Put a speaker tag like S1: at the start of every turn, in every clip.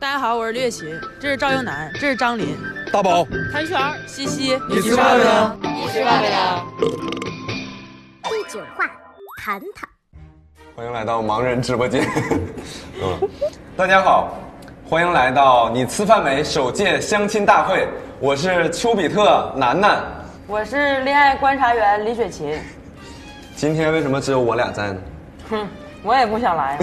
S1: 大家好，我是略琴，这是赵英男，这是张琳，
S2: 大宝，
S1: 谭泉儿、西西，
S2: 你吃饭没有？
S3: 你吃饭没有？
S4: 第九话，谈谈。
S2: 欢迎来到盲人直播间。 嗯，大家好，欢迎来到你吃饭没首届相亲大会，我是丘比特楠楠。
S1: 我是恋爱观察员李雪琴，
S2: 今天为什么只有我俩 在呢？
S1: 哼，我也不想来。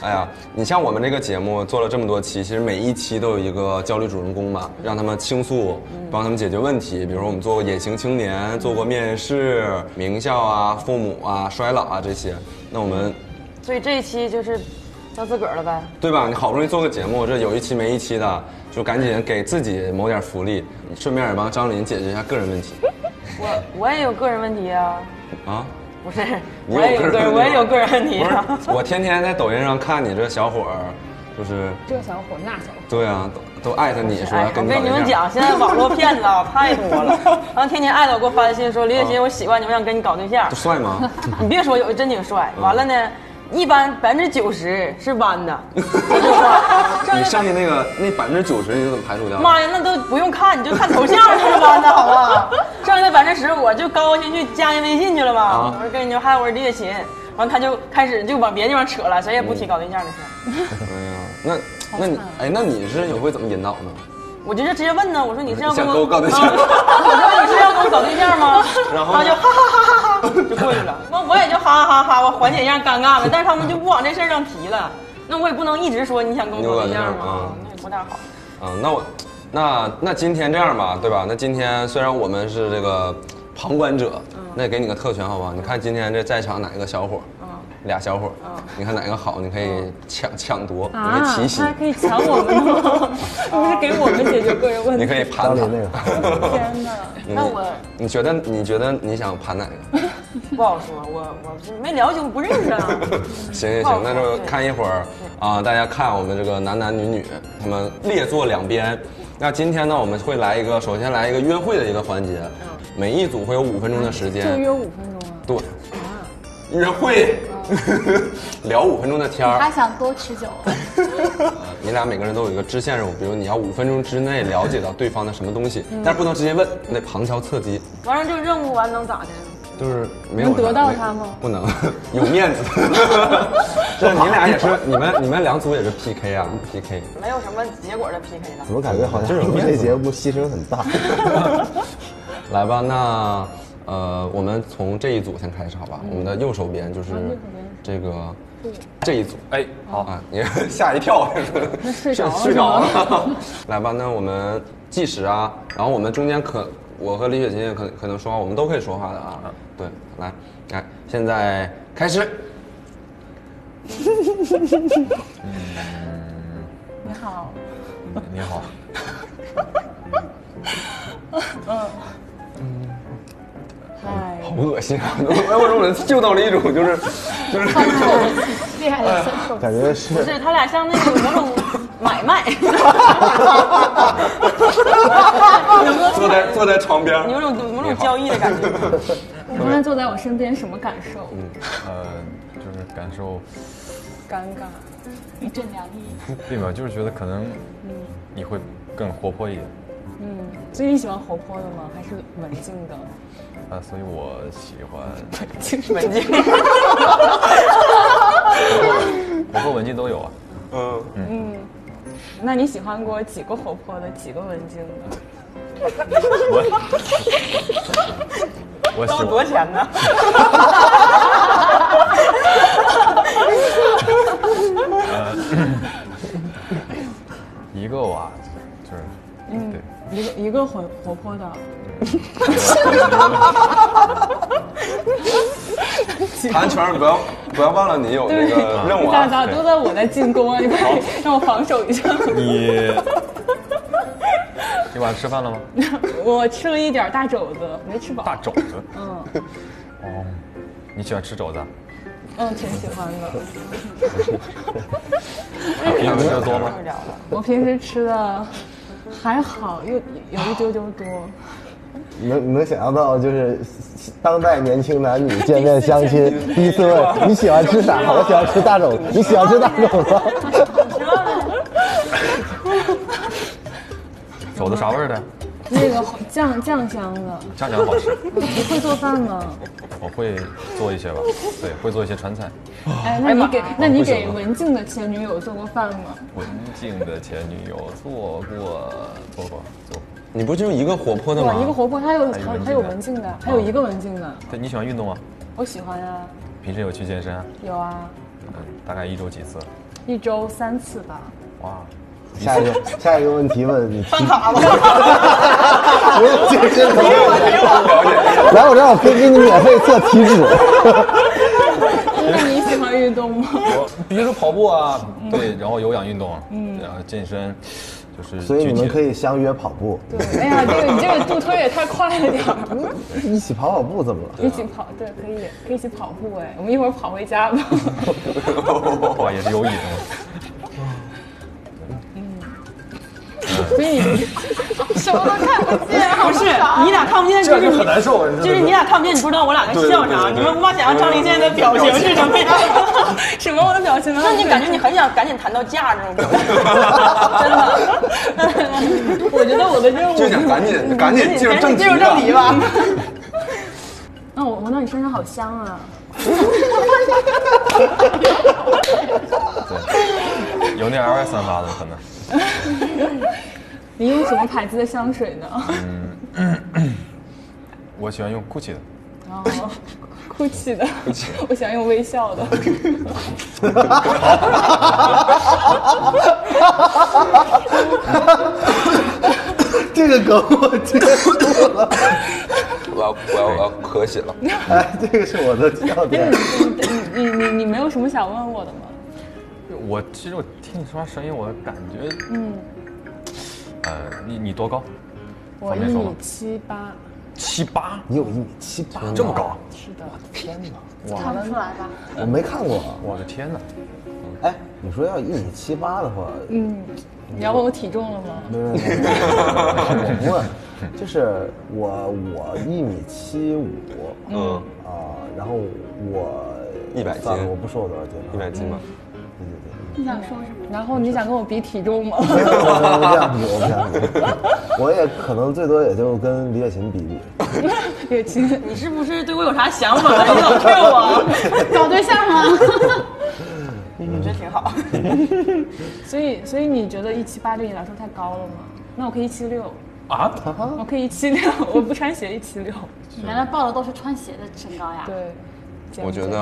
S2: 哎呀，你像我们这个节目做了这么多期，其实每一期都有一个焦虑主人公嘛，让他们倾诉，帮他们解决问题。比如说我们做过隐形青年，做过面试、名校啊、父母啊、衰老啊这些。那我们
S1: 所以这一期就是到自个儿了呗。
S2: 对吧？你好不容易做个节目，这有一期没一期的，就赶紧给自己谋点福利，顺便也帮张琳解决一下个人问题。
S1: 我我也有个人问题啊，
S2: 啊，
S1: 不是，
S2: 你
S1: 我也有个人，
S2: 问题吗
S1: 我也有个人问题
S2: 不
S1: 啊。
S2: 是，我天天在抖音上看你这小伙儿，就是
S3: 这小伙那小伙，
S2: 对啊，都都艾特你说
S1: 哎
S2: 要
S1: 我
S2: 跟你
S1: 跟
S2: 搞
S1: 你
S2: 对
S1: 们
S2: 象。
S1: 讲，现在网络骗子啊太多了，然后天天艾特我给我发微信说李雪琴，我喜欢你，我想跟你搞对象
S2: 这。帅吗？
S1: 你别说，有的真挺帅。完了呢，一般百分之九十是弯的。
S2: 你上去那个那百分之九十，你是怎么排除掉的？
S1: 妈呀，那都不用看，你就看头像就是弯的，好不好？ 剩下的百分之十，我就高高兴兴去加人微信去了嘛。
S2: 啊
S1: 我说跟你说，嗨，我是李雪琴。完，他就开始就往别地方扯了，谁也
S2: 嗯
S1: 不提搞对象的事儿。
S2: 哎呀，那那你哎，那你是你会怎么引导呢？
S1: 我就是直接问呢，我说你是要跟
S2: 想跟我搞对象
S1: 啊 我说你是要跟我搞对象 吗？
S2: 然后
S1: 他
S2: 呢
S1: 就哈哈哈哈哈就过去了。完，我也就哈哈哈哈，我缓解一下尴尬呗。但是他们就不往这事儿上提了。那我也不能一直说你想跟我搞对象
S2: 你有搞对象
S1: 吗
S2: 啊？
S1: 那也不大好。
S2: 啊，那我，那那今天这样吧，对吧？那今天虽然我们是这个旁观者，
S3: 嗯
S2: 那也给你个特权，好不好？你看今天这在场哪个小伙儿，
S3: 嗯
S2: 俩小伙儿，你看哪个好，你可以抢抢夺，你
S3: 啊
S2: 可以奇袭，
S3: 还可以抢我们吗？不是给我们解决个人问
S2: 你
S3: 题？
S2: 可以盘他。
S3: 天哪！
S2: 你
S1: 那我
S2: 你觉得你觉得你想盘哪 个？
S1: 不好说，我我是没了解，我不认识 啊。
S2: 行行行，那就看一会儿啊、大家看我们这个男男女女，他们列坐两边。那今天呢，我们会来一个，首先来一个约会的一个环节，每一组会有五分钟的时间。
S3: 嗯就约五分钟啊！
S2: 对，约会， 聊五分钟的天儿
S3: 嗯
S5: 还。想多持久，
S2: 你俩每个人都有一个支线任务，比如你要五分钟之内了解到对方的什么东西，
S3: 嗯
S2: 但是不能直接问，你得旁敲侧击，
S1: 完了这个任务完能咋的？
S2: 就是没有
S3: 能得
S2: 啥
S3: 到
S2: 没
S3: 他吗
S2: 不能， 有面 子。这你俩也是，你们你们两组也是 PK 啊，PK。
S1: 没有什么结果的 PK 了
S6: 怎。么感觉好像录这节目牺牲很大？
S2: 来吧，那呃，我们从这一组先开始，好吧？我们的右手边就是这个这一组。哎，好啊，你 吓一跳，
S3: 睡着了
S2: 睡着了。 来吧，那我们计时啊，然后我们中间可我和李雪琴也可可能说话，我们都可以说话的啊。对，来，来，现在开始。
S5: 你好，
S7: 你好，
S3: 嗨，
S2: 好恶心啊！ 我我们嗅到了一种就是就是
S5: 厉害的选手，
S6: 感觉是
S1: 不是，他俩像那个某种买卖，
S3: 啊
S2: 坐在坐在床边儿，
S1: 有种某种交易的感觉。
S3: 你刚才坐在我身边什么感受？
S7: 呃，就是感受，
S3: 尴尬。
S5: 一阵凉意。
S7: 并没有，就是觉得可能你会更活泼一点，
S3: 嗯，所以你喜欢活泼的吗？还是文静的？
S7: 啊，所以我喜欢，
S3: 就是文静。
S7: 我和文静都有啊，
S2: 嗯，
S3: 那你喜欢过几个活泼的，几个文静的？
S7: 我喜
S1: 都多
S7: 欢，
S1: 少钱呢？
S7: 一个娃，就是，对，
S3: 一个一个活活泼的，
S2: 谭泉儿不要不要忘了你有那个任务
S3: 大
S2: 啊！
S3: 家都在我在进攻啊！你快让我防守一下。
S7: 你，你晚上吃饭了吗？
S3: 我吃了一点大肘子，没吃饱。
S7: 大肘子，
S3: 嗯
S7: 哦，你喜欢吃肘子啊？
S3: 嗯，挺喜欢的。
S7: 你们吃的多吗？
S3: 我平时吃的还好，又有一丢丢多。
S6: 能能想象到，就是 当代年轻男女见面相亲，第一次 问你喜欢吃啥？我喜欢吃大肘子，你喜欢吃大肘子？
S7: 肘子啥味儿的？
S3: 那个酱酱香的，
S7: 家常好吃，
S3: 你会做饭吗？
S7: 我会做一些吧，对，会做一些川菜。
S3: 哎，那你给那你给文静的前女友做过饭吗？
S7: 文静的前女友做过，做过，做过。
S2: 你不就一个活泼的
S3: 哇，一个
S2: 吗？
S3: 活泼，还有
S7: 还有
S3: 还
S7: 文静的
S3: 还有哎文静的，还哦有一个文静的，
S7: 对你喜欢运动吗？
S3: 我喜欢啊，
S7: 平时有去健身啊？
S3: 有啊，
S7: 嗯，大概一周几次？
S3: 一周三次吧。
S7: 哇，
S6: 下一个下一个问题问你，
S1: 办 卡吧，
S6: 不用健身房，来我这儿我可以给你免费测体脂。
S3: 那你喜欢运动吗？
S7: 我比如说跑步啊，对，然后有氧运动，嗯，然后健身，就是
S6: 所以你们
S7: 具体
S6: 可以相约跑步，
S3: 哎呀，这个你这个度推也太快了点儿，
S6: 一起跑跑步怎么了？
S3: 一起跑，对，可以可以一起跑步哎，我们一会儿跑回家吧。
S7: 哇， 也是有瘾的。
S3: 所以你
S1: 不是你俩看不见，就是你
S7: 难受，你
S1: 啊就是你俩看不见，你不知道我俩在笑啥，你们无法想象张琳现在的表情是什么样。
S3: 什么我的表情啊？
S1: 那你感觉你很想赶紧谈到价这种表情， 真的？我觉得我的任务
S2: 就想赶紧赶紧进入正题
S1: 进入正 题
S2: 吧。
S1: 吧。
S3: 那我闻到你身上好香啊！
S7: 对，有那 L Y 三八的可能。
S3: 你用什么牌子的香水呢？
S7: 我喜欢用 GUCCI 的，
S3: 哦，哭泣的， 我想用微笑的。
S6: 这个梗我接住了，
S2: 我要我要我要咳血了。
S6: 哎，这个是我的笑点。
S3: 你你你没有什么想问我的吗？
S7: 我其实我听你说话声音，我感觉，嗯，呃，你你多高？
S3: 我
S7: 方
S3: 一
S7: 便说
S3: 米
S7: 吗
S3: 七八，
S7: 七八，
S6: 你有一米七八，
S7: 这么高？
S3: 是的，
S6: 天哪！
S5: 看不出来吧？
S6: 我没看过。啊
S7: 我的天哪！
S6: 哎，你说要一米七八的话，
S3: 嗯，你要问我体重了吗？
S6: 没问题，我不问，就是我我一米七五，
S2: 嗯，
S6: 啊，然后我
S2: 100斤
S6: 算了我不说我多少斤了，
S2: 一百斤吧。
S6: 对对对。
S5: 你想说什么？
S3: 然后你想跟我比体重吗？
S6: 没有，我不这样比，我不这样比，我也可能最多也就跟李雪琴比比。
S3: 也其实
S1: 你是不是对我有啥想法？ 你老 Q 我，
S5: 搞对象吗？
S1: 我觉得嗯挺好。
S3: 所以所以你觉得一七八对你来说太高了吗？那我可以一七六，
S7: 啊，
S1: 哦
S3: 我可以一七六，我不穿鞋一七六。
S5: 你原来报的都是穿鞋的身高呀？
S3: 对，嗯
S2: 我觉得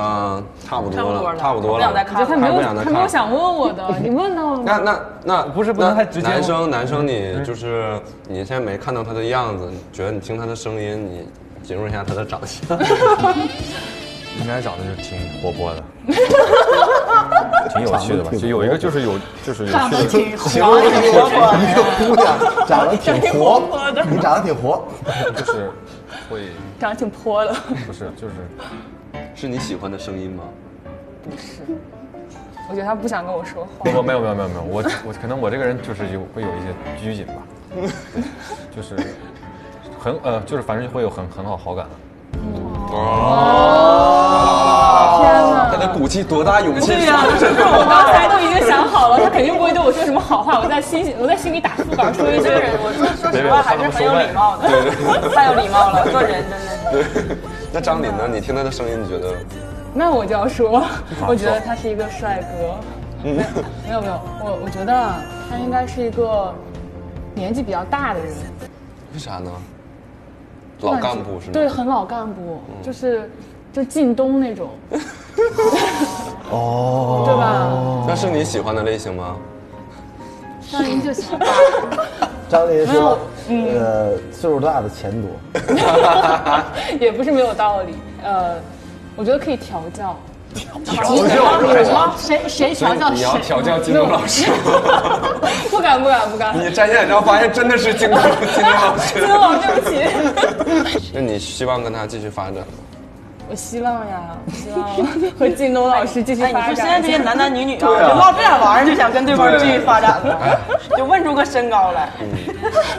S2: 差不
S1: 差不多
S2: 多了，
S1: 了
S2: 差不多
S1: 不
S2: 了。
S1: 想再
S3: 我觉
S1: 看
S3: 得他
S1: 了。
S3: 没有
S2: 还不想再
S3: 他没有
S2: 看
S3: 想问我的，你问到了吗？
S2: 那那那
S7: 不是不能
S2: 那
S7: 太直接吗嗯
S2: 男生男生，你就是你现在没看到他的样子，你觉得你听他的声音，你形容一下他的长相。
S7: 应该长得就挺活泼 的，挺有趣的吧？就有一个就是有就是有趣的，
S6: 行，我跟你说，你这姑娘长得挺活，你长得挺活，
S7: 就是会
S3: 长得挺泼的，
S7: 不是就是
S2: 是你喜欢的声音吗？
S3: 我觉得他不想跟我说话
S7: 不。不没有没有没有没有，我我可能我这个人就是有会有一些 拘谨吧，对就是很呃就是反正会有很很好好感的。
S2: 哦他的骨气多大勇气？
S3: 对呀、啊就是我刚才都已经想好了，他肯定不会对我说什么好话。我在心我在心里打副稿，说一
S1: 这
S3: 句
S1: 个人，我说说实话还是很有礼貌的，太有礼貌了，做人真的是。
S2: 那张琳呢？
S3: 嗯
S2: 你听他的声音，你觉得？
S3: 那我就要说，我觉得他是一个帅哥。嗯没有没有，我我觉得他应该是一个年纪比较大的人，
S2: 为啥呢？老干部是吗？嗯
S3: 对，很老干部，就是就靳东 那种，
S6: 哦，
S3: 对吧？
S2: 那是你喜欢的类型吗？
S5: 声音就行吧。
S6: 张琳说，呃，岁数大的钱多，
S3: 也不是没有道理。呃，我觉得可以调教，
S7: 调教
S5: 什么？谁谁调教
S2: 哎你要
S5: 谁？
S2: 调教金东老 师，
S3: 不敢不敢不 敢。
S2: 你摘下来之后发现真的是金东金东老师。
S3: 金总，对不起。
S2: 那你希望跟他继续发展吗？
S3: 我希望呀，我希望和靳东 老师继 续
S1: 哎，你
S3: 发
S1: 说现在
S3: 展。
S1: 这些男男 女女啊，就唠这点玩意儿就想跟对方继续发展了，就问出个身高 来，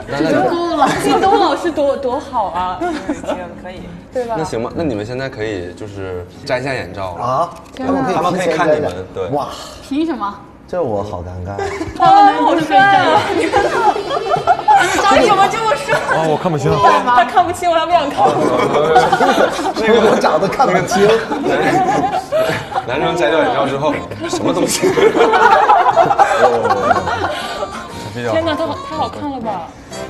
S2: 那那
S5: 够了，
S3: 靳东老师多多好啊，
S1: 嗯行可 以。
S3: 对吧
S2: 那？行吧，那你们现在可以就是摘下眼罩了。
S6: 啊，他们可以
S2: 他们可以
S6: 提前
S2: 看
S6: 摘
S2: 你
S6: 摘
S2: 们对
S6: 哇，
S5: 凭什么？
S6: 这我好尴尬，
S3: 啊，好帅啊！
S5: 张琳
S7: 哦看不清。
S3: 啊
S1: 他看不清我，他不想看我。
S6: 那个我长得看不清，
S2: 男生摘掉眼罩之后，什么东西？
S7: 比较
S3: 天哪，他好太好看了吧！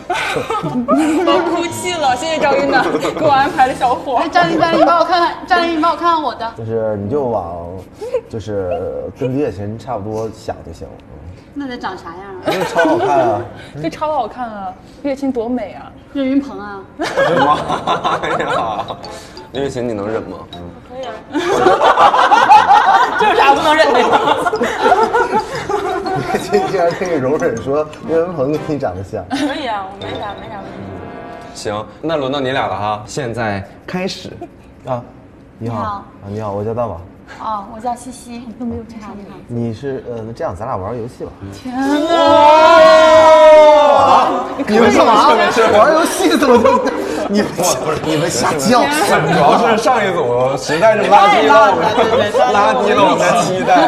S1: 我哭泣了，谢谢赵云 南给我安排的小伙
S5: 哎，。张琳，张琳，你帮我看看，张琳，你帮我看看我的。
S6: 就是你就往，就是跟李雪琴差不多想就行了，
S5: 那得长啥样啊？
S6: 因为超好看啊。
S3: 这超好看啊，月清多美啊！
S5: 任云鹏啊，
S2: 妈呀！李雪琴，你能忍吗？
S1: 这有啥不能 忍的？
S6: 李雪琴竟然可以容忍说岳云鹏跟你长得像，
S1: 可以啊，我没啥没啥问题。
S2: 行，那轮到你俩了哈。现在开始，
S6: 啊，你好
S5: 你好
S6: 啊，你好，我叫大宝。
S5: 哦，我叫西西，都没有这样看。
S6: 你是呃，这样咱俩玩游戏吧。
S2: 你们干嘛？
S6: 玩游戏怎么都？你们你们瞎叫。
S2: 主要是上一组实在是拉低了我们，拉低了我们的期待。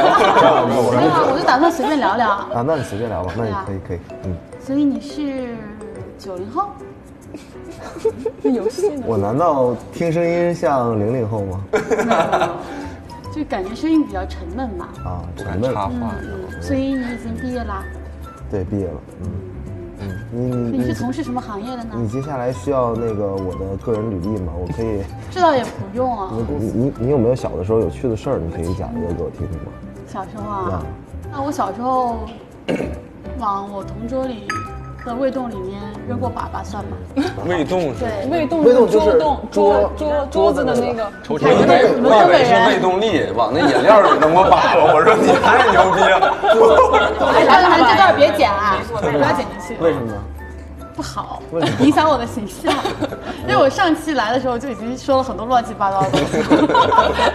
S5: 没有啊，我就打算随便聊聊。
S6: 啊，那你随便聊吧，那你
S5: 对啊
S6: 可以可以，嗯，
S5: 所以你是九零后？
S6: 我难道听声音像零零后吗？
S5: 就感觉声音比较沉闷嘛，
S6: 啊，
S2: 不
S6: 沉
S2: 敢
S6: 闷，
S2: 插话，
S5: 嗯，所以你已经毕业啦。
S6: 对，毕业了，嗯嗯，你
S5: 你
S6: 你
S5: 是从事什么行业的
S6: 你
S5: 呢？
S6: 接下来需要那个我的个人履历吗？我可以，
S5: 这倒也不用啊。
S6: 你你你有没有小的时候有趣的事儿？你可以讲一个给我听听吗？
S5: 小时候啊，
S6: 嗯
S5: 那我小时候往我同桌里的胃洞里面扔过粑粑算吗？
S2: 未动是
S5: 对，
S3: 胃动
S6: 胃动
S3: 是
S6: 就是
S3: 桌动桌桌桌子的那个，
S7: 抽
S2: 我以为我以为是胃动力，往那饮料里能够把我。我说你太牛逼了，
S5: 哎，咱咱这段别剪啊，不要剪进去，
S6: 为什么呢？
S5: 不好
S6: 为什，么
S5: 影响我的 形象。因为我上期来的时候就已经说了很多乱七八糟的东 西，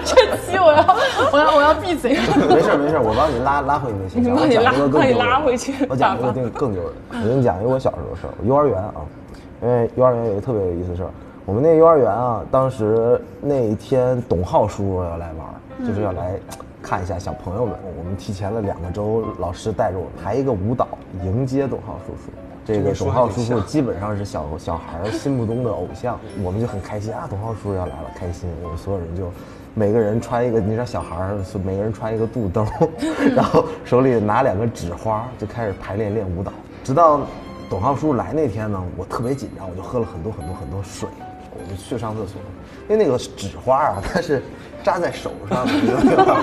S5: 这期我要我要我要闭嘴。
S6: 没事儿没事儿，我帮你拉拉回那些事 儿。
S3: 帮
S6: 我
S3: 你拉
S6: 讲一个
S3: 帮
S6: 更
S3: 你
S6: 丢人
S3: 拉回去
S6: 我讲一
S3: 爸
S6: 个
S3: 爸
S6: 更更丢人。我跟你讲一个我小时候的事儿，我幼儿园啊，因为幼儿园有一个特别有意思的事儿。我们那个幼儿园啊，当时那一天董浩叔叔要来玩儿，就是
S3: 嗯
S6: 要来看一下小朋友们。我们提前了两个周，老师带着我们排一个舞蹈迎接董浩叔叔。这个董浩叔叔基本上是小小孩儿心目中的偶像，我们就很开心啊，董浩叔叔要来了，开心。我们所有人就每个人穿一个，你知道小孩儿是每个人穿一个肚兜，然后手里拿两个纸花，就开始排练练舞蹈。直到董浩叔来那天呢，我特别紧张，我就喝了很多很多很多水，我就去上厕所，因为那个纸花啊，它是扎在手上的，你知道吗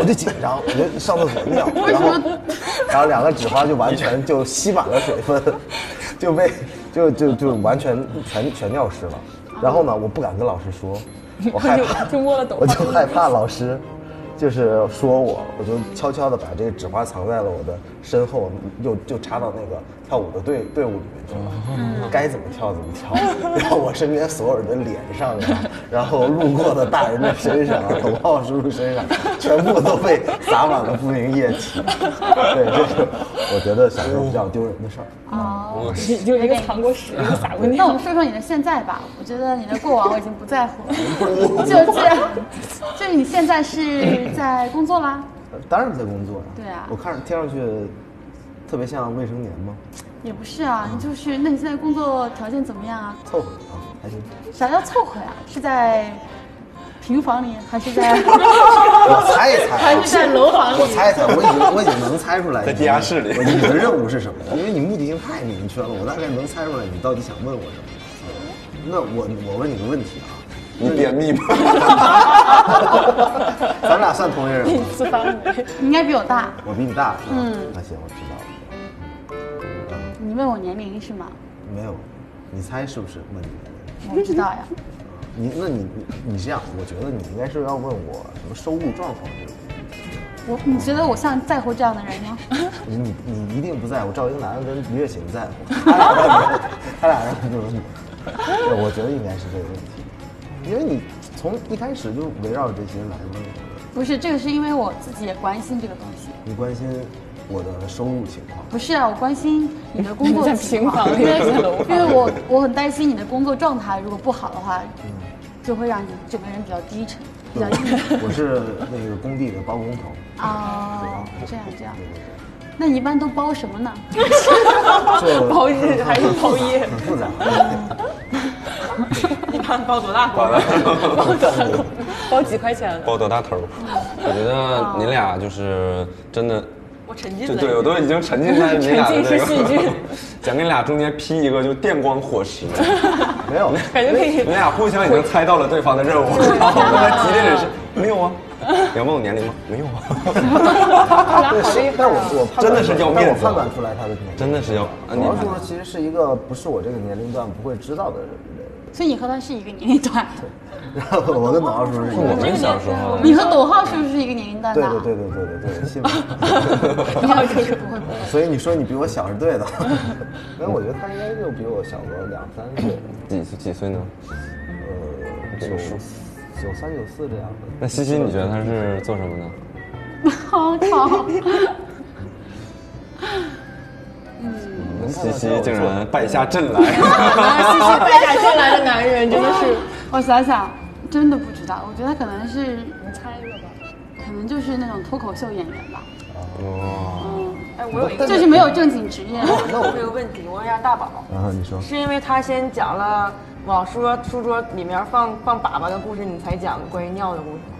S6: 我就紧张，我就上厕所尿，然后然后两个纸花就完全就吸满了水分，就被就就就完全全全尿湿了。然后呢，我不敢跟老师说，我害怕
S3: 就摸了董浩
S6: 我就害怕老师。就是说我，我就悄悄的把这个纸花藏在了我的身后，又就插到那个跳舞的队队伍里面去
S5: 嗯
S6: 了， 该怎么跳怎么跳。 然后我身边所有人的脸上啊，然后路过的大人的身上啊，董浩叔叔身上，全部都被洒满了不明液体。对，这是我觉得小时候比较丢人的事儿。
S5: 哦，
S3: 你就一个尝过屎，一个撒过
S5: 那我
S3: 尿
S5: 们。说说你的现在吧，我觉得你的过往我已经不在乎了， 就是就是你现在是在工作啦，
S6: 当然在工作呀、
S5: 对啊
S6: 我看着听上去特别像未成年吗？
S5: 也不是啊，你就是那你现在工作条件怎么样啊？
S6: 凑合啊，还行。
S5: 啥叫凑合呀？是在平房里还 是在
S6: 我猜一猜啊，
S5: 还是在楼房里
S6: 我？猜一猜，我已经我已经能猜出来，
S2: 在地下室里
S6: 我你的任务是什么？因为你目的性太明确了，我大概能猜出来你到底想问我什么。那我我问你个问题啊，
S2: 你便秘吗？
S6: 咱俩算同龄人吗？
S3: 四方美，
S5: 你嗯应该比我大，
S6: 我比你大是吧？那行，我知道
S5: 你问我年龄是吗？
S6: 了，没有，你猜是不是？问你年龄。
S5: 我不知 道呀，
S6: 你那你你你这样，我觉得你应该是要问我什么收入状况这种。
S5: 我你觉得我像在乎这样的人吗？
S6: 你你你一定不在乎赵英男跟李雪琴在乎，他俩 他俩人就是我，对，我觉得应该是这个问题，因为你从一开始就围绕着这些来问我，
S5: 不是，这个是因为我自己也关心这个东西。
S6: 你关心我的收入情况，
S5: 不是啊，我关心你的工作
S3: 在
S5: 情况，
S3: 平房里
S5: 因为
S3: 在楼
S5: 因为我我很担心你的工作状态如果不好的话，就会让你整个人比较低沉，比较 抑郁
S6: 我是那个工地的包工头，
S5: 啊。这样这样，
S6: 对对对，
S5: 那你一般都包什么呢？
S6: 就
S1: 包日还是包 夜？
S6: 很复杂。
S1: 一般包多大锅？
S3: 包多少个？包几块 钱？
S2: 包多大头儿？我觉得你俩就是真的，
S1: 我沉浸
S2: 就
S1: 了。
S2: 对我都已经 沉浸在你俩的
S3: 沉浸
S2: 这
S3: 式戏剧
S2: 个，想给你俩中间劈一个就电光火石，
S6: 没有，
S3: 感觉可以
S2: 你俩互相已经猜到了对方的任务，然后他急的人是没有 啊，你要问我年龄吗？没有啊，
S6: 对，是但我我判断
S2: 真的是要面子
S6: 但我判断出来他的年龄。
S2: 真的是要，啊
S6: 主
S2: 你
S6: 要说其实是一个不是我这个年龄段不会知道的人，
S5: 所以你和他是一个年龄段，
S6: 然后我跟董浩叔是一
S2: 我
S6: 个。
S2: 们小时候啊
S5: 你和董浩是不是一个年龄段
S6: 对
S5: 的？啊
S6: 对对对对对 对，信吗？
S5: 对，你肯定是不会包。
S6: 所以你说你比我小是 对的，因为我觉得他应该就比我小个两三岁，
S2: 几几岁呢？
S6: 呃，九九三九四这样的。
S2: 那西西你觉得他是做什么的？
S5: 好 吵，
S2: 西西竟然败下阵 来，
S3: 败下阵来的男人真的是，
S5: 我想想，真的不知道，我觉得可能是你猜一个吧，可能就是那种脱口秀演员吧，
S1: 哎，我有一个
S5: 就是没有正经职 业。
S1: 我有一个问题，我问一下大宝，
S6: 然啊后你说，
S1: 是因为他先讲了往说书桌里面放放粑粑的故事，你才讲关于尿的故事吗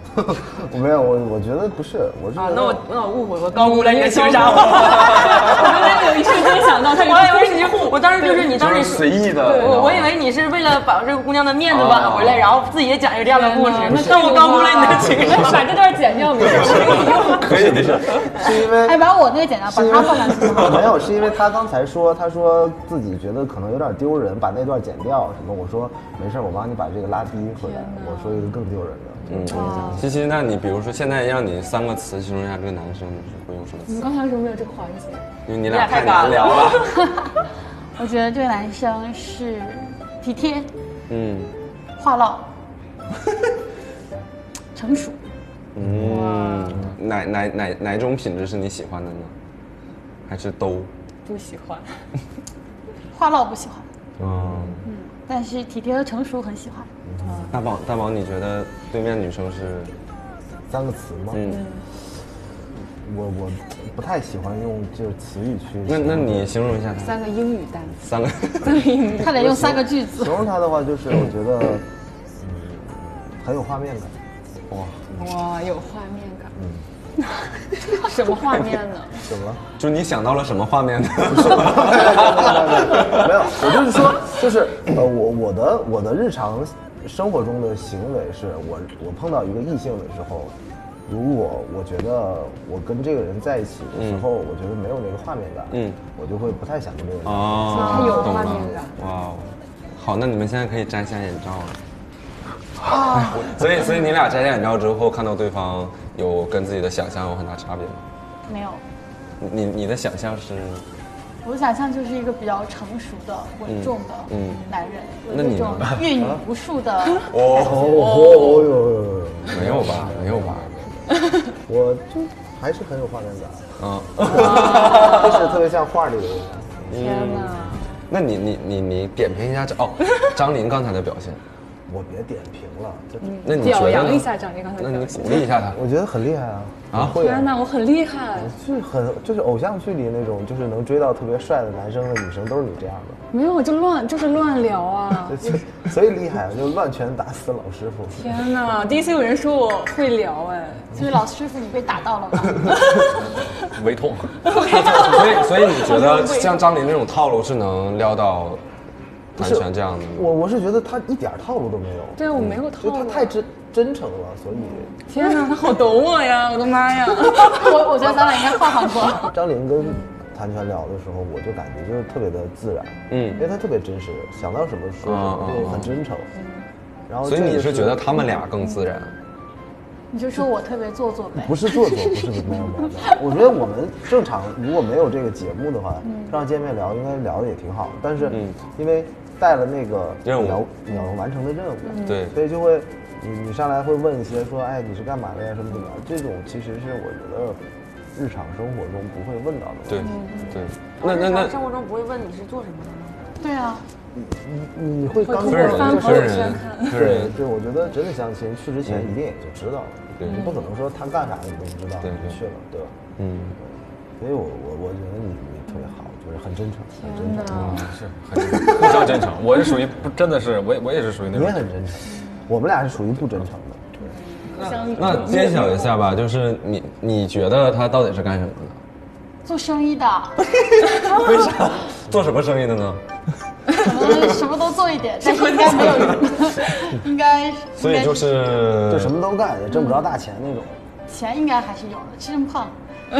S6: 我没有，我我觉得不是，我是
S1: 啊
S6: 觉？
S1: 那
S6: 得
S1: 我那我误会，我高估了你的情商。我
S3: 真的有一瞬间想到他
S1: 我以为你，我当时就是你当
S2: 就是
S1: 时
S2: 随意的。
S1: 我我以为你是为了把这个姑娘的面子
S2: 啊
S1: 挽回来，然后自己也讲一个这样的故事
S3: 天哪那，
S1: 但我高估了你的情商。
S3: 把这段剪 掉没事。
S2: 可以没事，
S6: 是因为
S5: 哎，把我那个剪掉，把
S6: 是因为
S5: 他放上去就好 了。
S6: 没有，是因为他刚才说，他说自己觉得可能有点丢人，把那段剪掉什么。我说没事儿，我帮你把这个拉低回来。我说一个更丢人的，
S2: 嗯，西西，那你比如说现在让你三个词形容一下这个男生，你是会用什么
S3: 你
S2: 词？
S3: 刚才为什么没有这个环节？
S2: 因为嗯你俩太难聊 了。
S5: 我觉得这个男生是体贴、
S2: 嗯
S5: 话唠、成熟。
S2: 嗯，哪哪哪哪种品质是你喜欢的呢？还是都？
S3: 不喜欢，
S5: 话唠不喜欢，
S2: 嗯，
S5: 但是体贴和成熟很喜欢。
S2: 大宝大宝，你觉得对面女生是？
S6: 三个词吗？
S2: 嗯，
S6: 我我不太喜欢用就是词语去形容。
S2: 那那你形容一下她
S3: 三个英语单词。
S2: 三个，
S6: 嗯
S5: 他得用三个句子
S6: 形。容他的话，就是我觉得，嗯，很有画面感。哇，
S3: 哇，有画面感。 什么画面呢？
S6: 怎 么了？
S2: 就你想到了什么画面呢？
S6: 没有，我就是说，就是呃，我我的我的日常生活中的行为是我我碰到一个异性的时候，如果我觉得我跟这个人在一起的时候，我觉得没有那个画面感，
S2: 嗯
S6: 我就会不太想跟这个人。
S2: 哦，
S3: 他有
S2: 懂
S3: 画
S2: 了
S3: 面感。
S2: 哇哦，好，那你们现在可以摘下眼罩了。啊，所以所以 你俩摘下眼罩之后，看到对方有跟自己的想象有很大差别吗？
S5: 没有，
S2: 你你的想象是，
S5: 我想象就是一个比较成熟的、稳重的
S2: 嗯嗯
S5: 男人，
S2: 那
S5: 有
S2: 你
S5: 那种
S2: 呢啊
S5: 阅女无 数的。
S2: 哦，
S6: 哦哟，
S2: 没有吧，没有吧，
S6: 我就还是很有画面感，
S2: 嗯，
S6: 就是特别像画里的人。
S3: 天哪！
S2: 那你你你你点评一下这 哦，张琳刚才的表现，
S6: 我别点评了，这
S2: 那你觉
S3: 表
S2: 得
S3: 扬
S2: 呢
S3: 一下张琳刚才
S2: 那
S3: 的
S2: 你
S3: 表
S2: 鼓
S3: 现。
S2: 励一下她。
S6: 我觉得很厉害啊！
S2: 啊
S6: 会啊
S3: 天，哪，我很厉害。
S6: 就是很就是偶像剧里那种，就是能追到特别帅的男生的女生，都是你这样的。
S3: 没有，就乱，就是乱聊啊。
S6: 就所以厉害，啊就乱拳打死老师傅。
S3: 天哪，第一次有人说我会聊哎，
S5: 所以老师傅，你被打到了吗？
S7: 胃 痛。
S2: 所以所以你觉得像张琳这种套路是能撩到谭泉这样的吗？
S6: 我我是觉得他一点套路都没有，
S3: 对我没有
S6: 就
S3: 套
S6: 他
S3: 路。啊
S6: 太真真诚了，所以
S3: 天哪，他好懂我呀！ 我的妈呀！
S5: 我我觉得咱俩应该换换过。
S6: 张琳跟谭泉聊的时候，我就感觉就是特别的自然，
S2: 嗯
S6: 因为他特别真实，想到什么说什
S2: 嗯嗯
S6: 么，就
S2: 嗯
S6: 很真诚。然后
S2: 所以
S6: 这个
S2: 你是觉得他们俩更自然？
S5: 你就说我特别做作呗。
S6: 不是做作，不是没有没有没有。我觉得我们正常如果没有这个节目的话，让见面聊应该聊的也挺好，但是因为带了那个
S2: 嗯任务
S6: 聊你要完成的任务，
S2: 对
S6: 所以就会你你上来会问一些说，哎，你是干嘛的呀，什么怎么样？这种其实是我觉得日常生活中不会问到的。
S2: 对，对。那那那
S1: 生活中不会问你是做什么的吗？
S5: 对啊，
S6: 你，你会刚
S3: 通
S6: 才
S2: 分人
S3: 过翻
S2: 分
S3: 朋友
S2: 人
S3: 圈看。
S2: 分
S6: 对
S2: 人，
S6: 对，我觉得真的相亲去之前一定也就知道了，
S2: 对
S6: 你不可能说他干啥你都不知道，
S2: 嗯对对
S6: 你就去了，对吧？
S2: 嗯。
S6: 所以我我我觉得你你特别好，就是很真诚，很真诚，嗯
S7: 是很互相真诚。我是属于不真的是，我也我也是属于那
S6: 你也
S7: 种
S6: 很真诚。我们俩是属于不真诚的，
S2: 嗯那揭晓一下吧，就是你你觉得他到底是干什么的？
S5: 做生意的，
S2: 为啥？做什么生意的呢？
S5: 什么什么都做一点，但是应该没有， 应该
S2: 所以就是
S6: 就什么都干，也挣不着大钱那
S2: 嗯
S6: 种。
S5: 钱应该还是有的，吃这么 胖。
S1: 气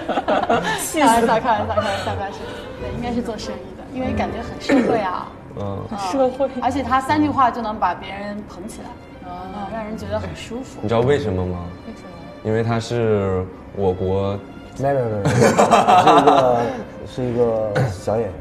S1: 死
S5: 开玩笑，开玩笑，开玩笑，开玩笑。对，应该是做生意的，因为感觉很社会啊，
S2: 嗯，
S3: 社会
S5: 而且他三句话就能把别人捧起来，
S1: 哦
S5: 嗯，让人觉得很舒服
S2: 你。知道为什么吗？为什么？因为他是我国
S6: 没没没没， 我是一个是一个小演员，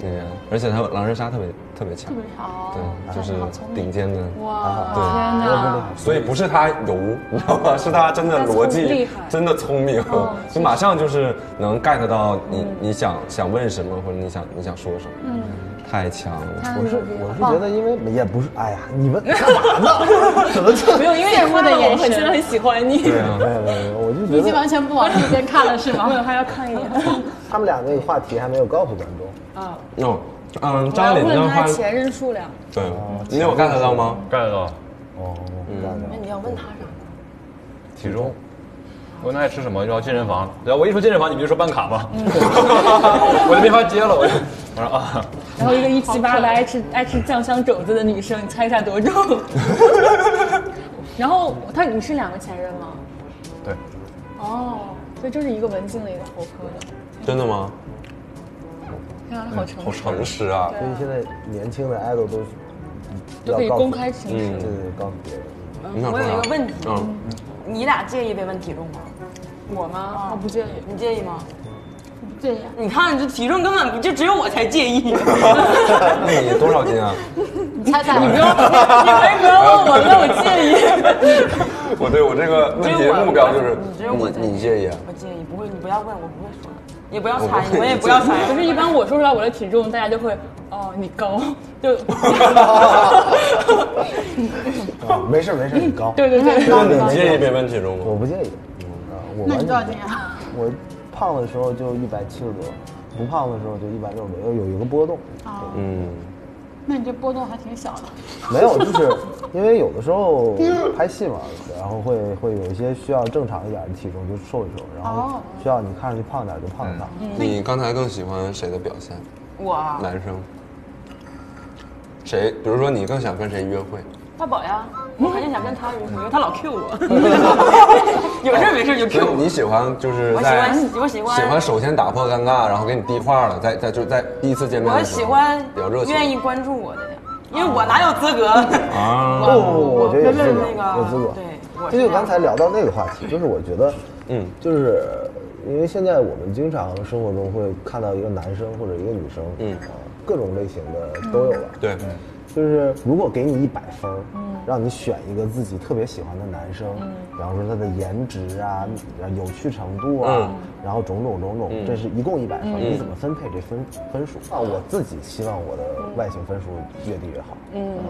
S6: 对，
S2: 演员，而且他狼人杀特别特别强，
S5: 哦，
S2: 对，就是顶尖的。
S6: 啊
S5: 哇，
S6: 天哪，
S2: 所以不是他油， 你知道吗？是他真的逻
S3: 聪
S2: 辑
S3: 厉害，
S2: 真的聪明， 就马上就是能 get 到你你想想问什么，或者你想你想说什么。嗯，太强了。
S6: 我是我是觉得，因为也不是，哎呀，你们干嘛呢？ 怎么这？
S1: 没有，因为
S5: 羡慕的眼
S1: 我很
S5: 神
S1: 真的很喜欢 你。
S2: 对啊
S6: 没，有没有没有，我就
S5: 已
S6: 觉得
S5: 经完全不往这边看了，是吗？
S3: 还要看一眼。
S6: 他们俩那个话题还没有告诉观众。
S2: 哦，嗯，
S3: 我要
S2: 张琳
S3: 问
S2: 的话
S3: 他，前任数量，
S2: 对，你有 get 到吗？
S7: 干啊到
S6: 哦，这样的
S1: 你要问他啥？
S7: 体重。我那爱吃什么？然后健身房，然后我一说健身房，你们就说办卡吧，
S2: 嗯
S7: 我就没法接了。我就我说啊，
S3: 然后一个一七八的 爱吃爱吃酱香肘子的女生，你猜一下多重？ 然后他你是两个前任吗？
S7: 对，
S3: 哦，所以就是一个文静的，一个活泼的，
S2: 真的吗？
S3: 看上去好
S2: 好
S3: 成熟，
S2: 诚实啊！
S6: 所以现在年轻的 idol 都
S3: 都可以公开形式。
S6: 对对，告诉别人。
S2: 你想
S1: 我
S2: 说
S1: 有一
S2: 啥
S1: 个？问题，
S2: 嗯，
S1: 你俩介意被问体重吗？我吗？
S3: 哦我不介意，
S1: 你介意吗？
S5: 对呀，
S1: 你看，这体重根本不就只有我才介意。你不
S2: 那你多少斤啊？
S5: 你猜猜，
S1: 要，你没不要问我，那我介意。
S2: 我对我这个问题的目标就是
S1: 只有我在
S2: 你你介意啊？
S1: 我介意，不会，你不要问，我不会说，也不要
S2: 我
S1: 猜
S2: 不，会
S1: 我也不要猜。
S3: 可是，一般我说出来我的体重，大家就会，哦，你高，就，
S6: 啊，没事没事，你高。
S3: 对对对，
S2: 那你介意被问体重
S6: 我
S2: 吗？
S6: 不介意。啊，我
S5: 那
S6: 完
S5: 你
S6: 全
S5: 多少
S6: 不
S5: 斤
S6: 介意
S5: 啊？
S6: 我胖的时候就一百七十多，不胖的时候就一百六十多，有有一个波动。
S2: 嗯，
S5: 那你这波动还挺 小的。
S6: 没有，就是因为有的时候拍戏嘛，然后会会有一些需要正常一点的体重就瘦一瘦，然后需要你看上去胖点就胖一胖。
S2: 你刚才更喜欢谁的表现？
S1: 我啊
S2: 男生？谁？比如说你更想跟谁约会？
S1: 大宝呀，我肯定想跟他约会，因为他老 Q 我，有事儿没事儿就
S2: 所
S1: Q
S2: 以
S1: 我。
S2: 你喜欢就是
S1: 我喜
S2: 在
S1: 欢我喜欢
S2: 喜欢首先打破尴尬，然后给你递话了，在在就在第一次见面
S1: 我
S2: 的时候
S1: 喜欢
S2: 比较热情，
S1: 愿意关注我的呀，因为我哪有资格？
S2: 啊
S1: 我
S6: 哦我觉得有资格
S1: 我那个
S6: 有资格
S1: 嗯对，我
S6: 这
S1: 是
S6: 就
S1: 这样
S6: 刚才聊到那个话题，就是我觉得，
S2: 嗯
S6: 嗯，就是因为现在我们经常生活中会看到一个男生或者一个女生，
S2: 嗯
S6: 嗯，各种类型的都有了。
S2: 对，嗯
S6: 就是如果给你一百分儿，让你选一个自己特别喜欢的男生，比方说他的颜值啊、然后有趣程度啊
S2: 嗯，
S6: 然后种种种种，这是一共一百分儿，你怎么分配这分分数？啊，我自己希望我的外形分数越低越好。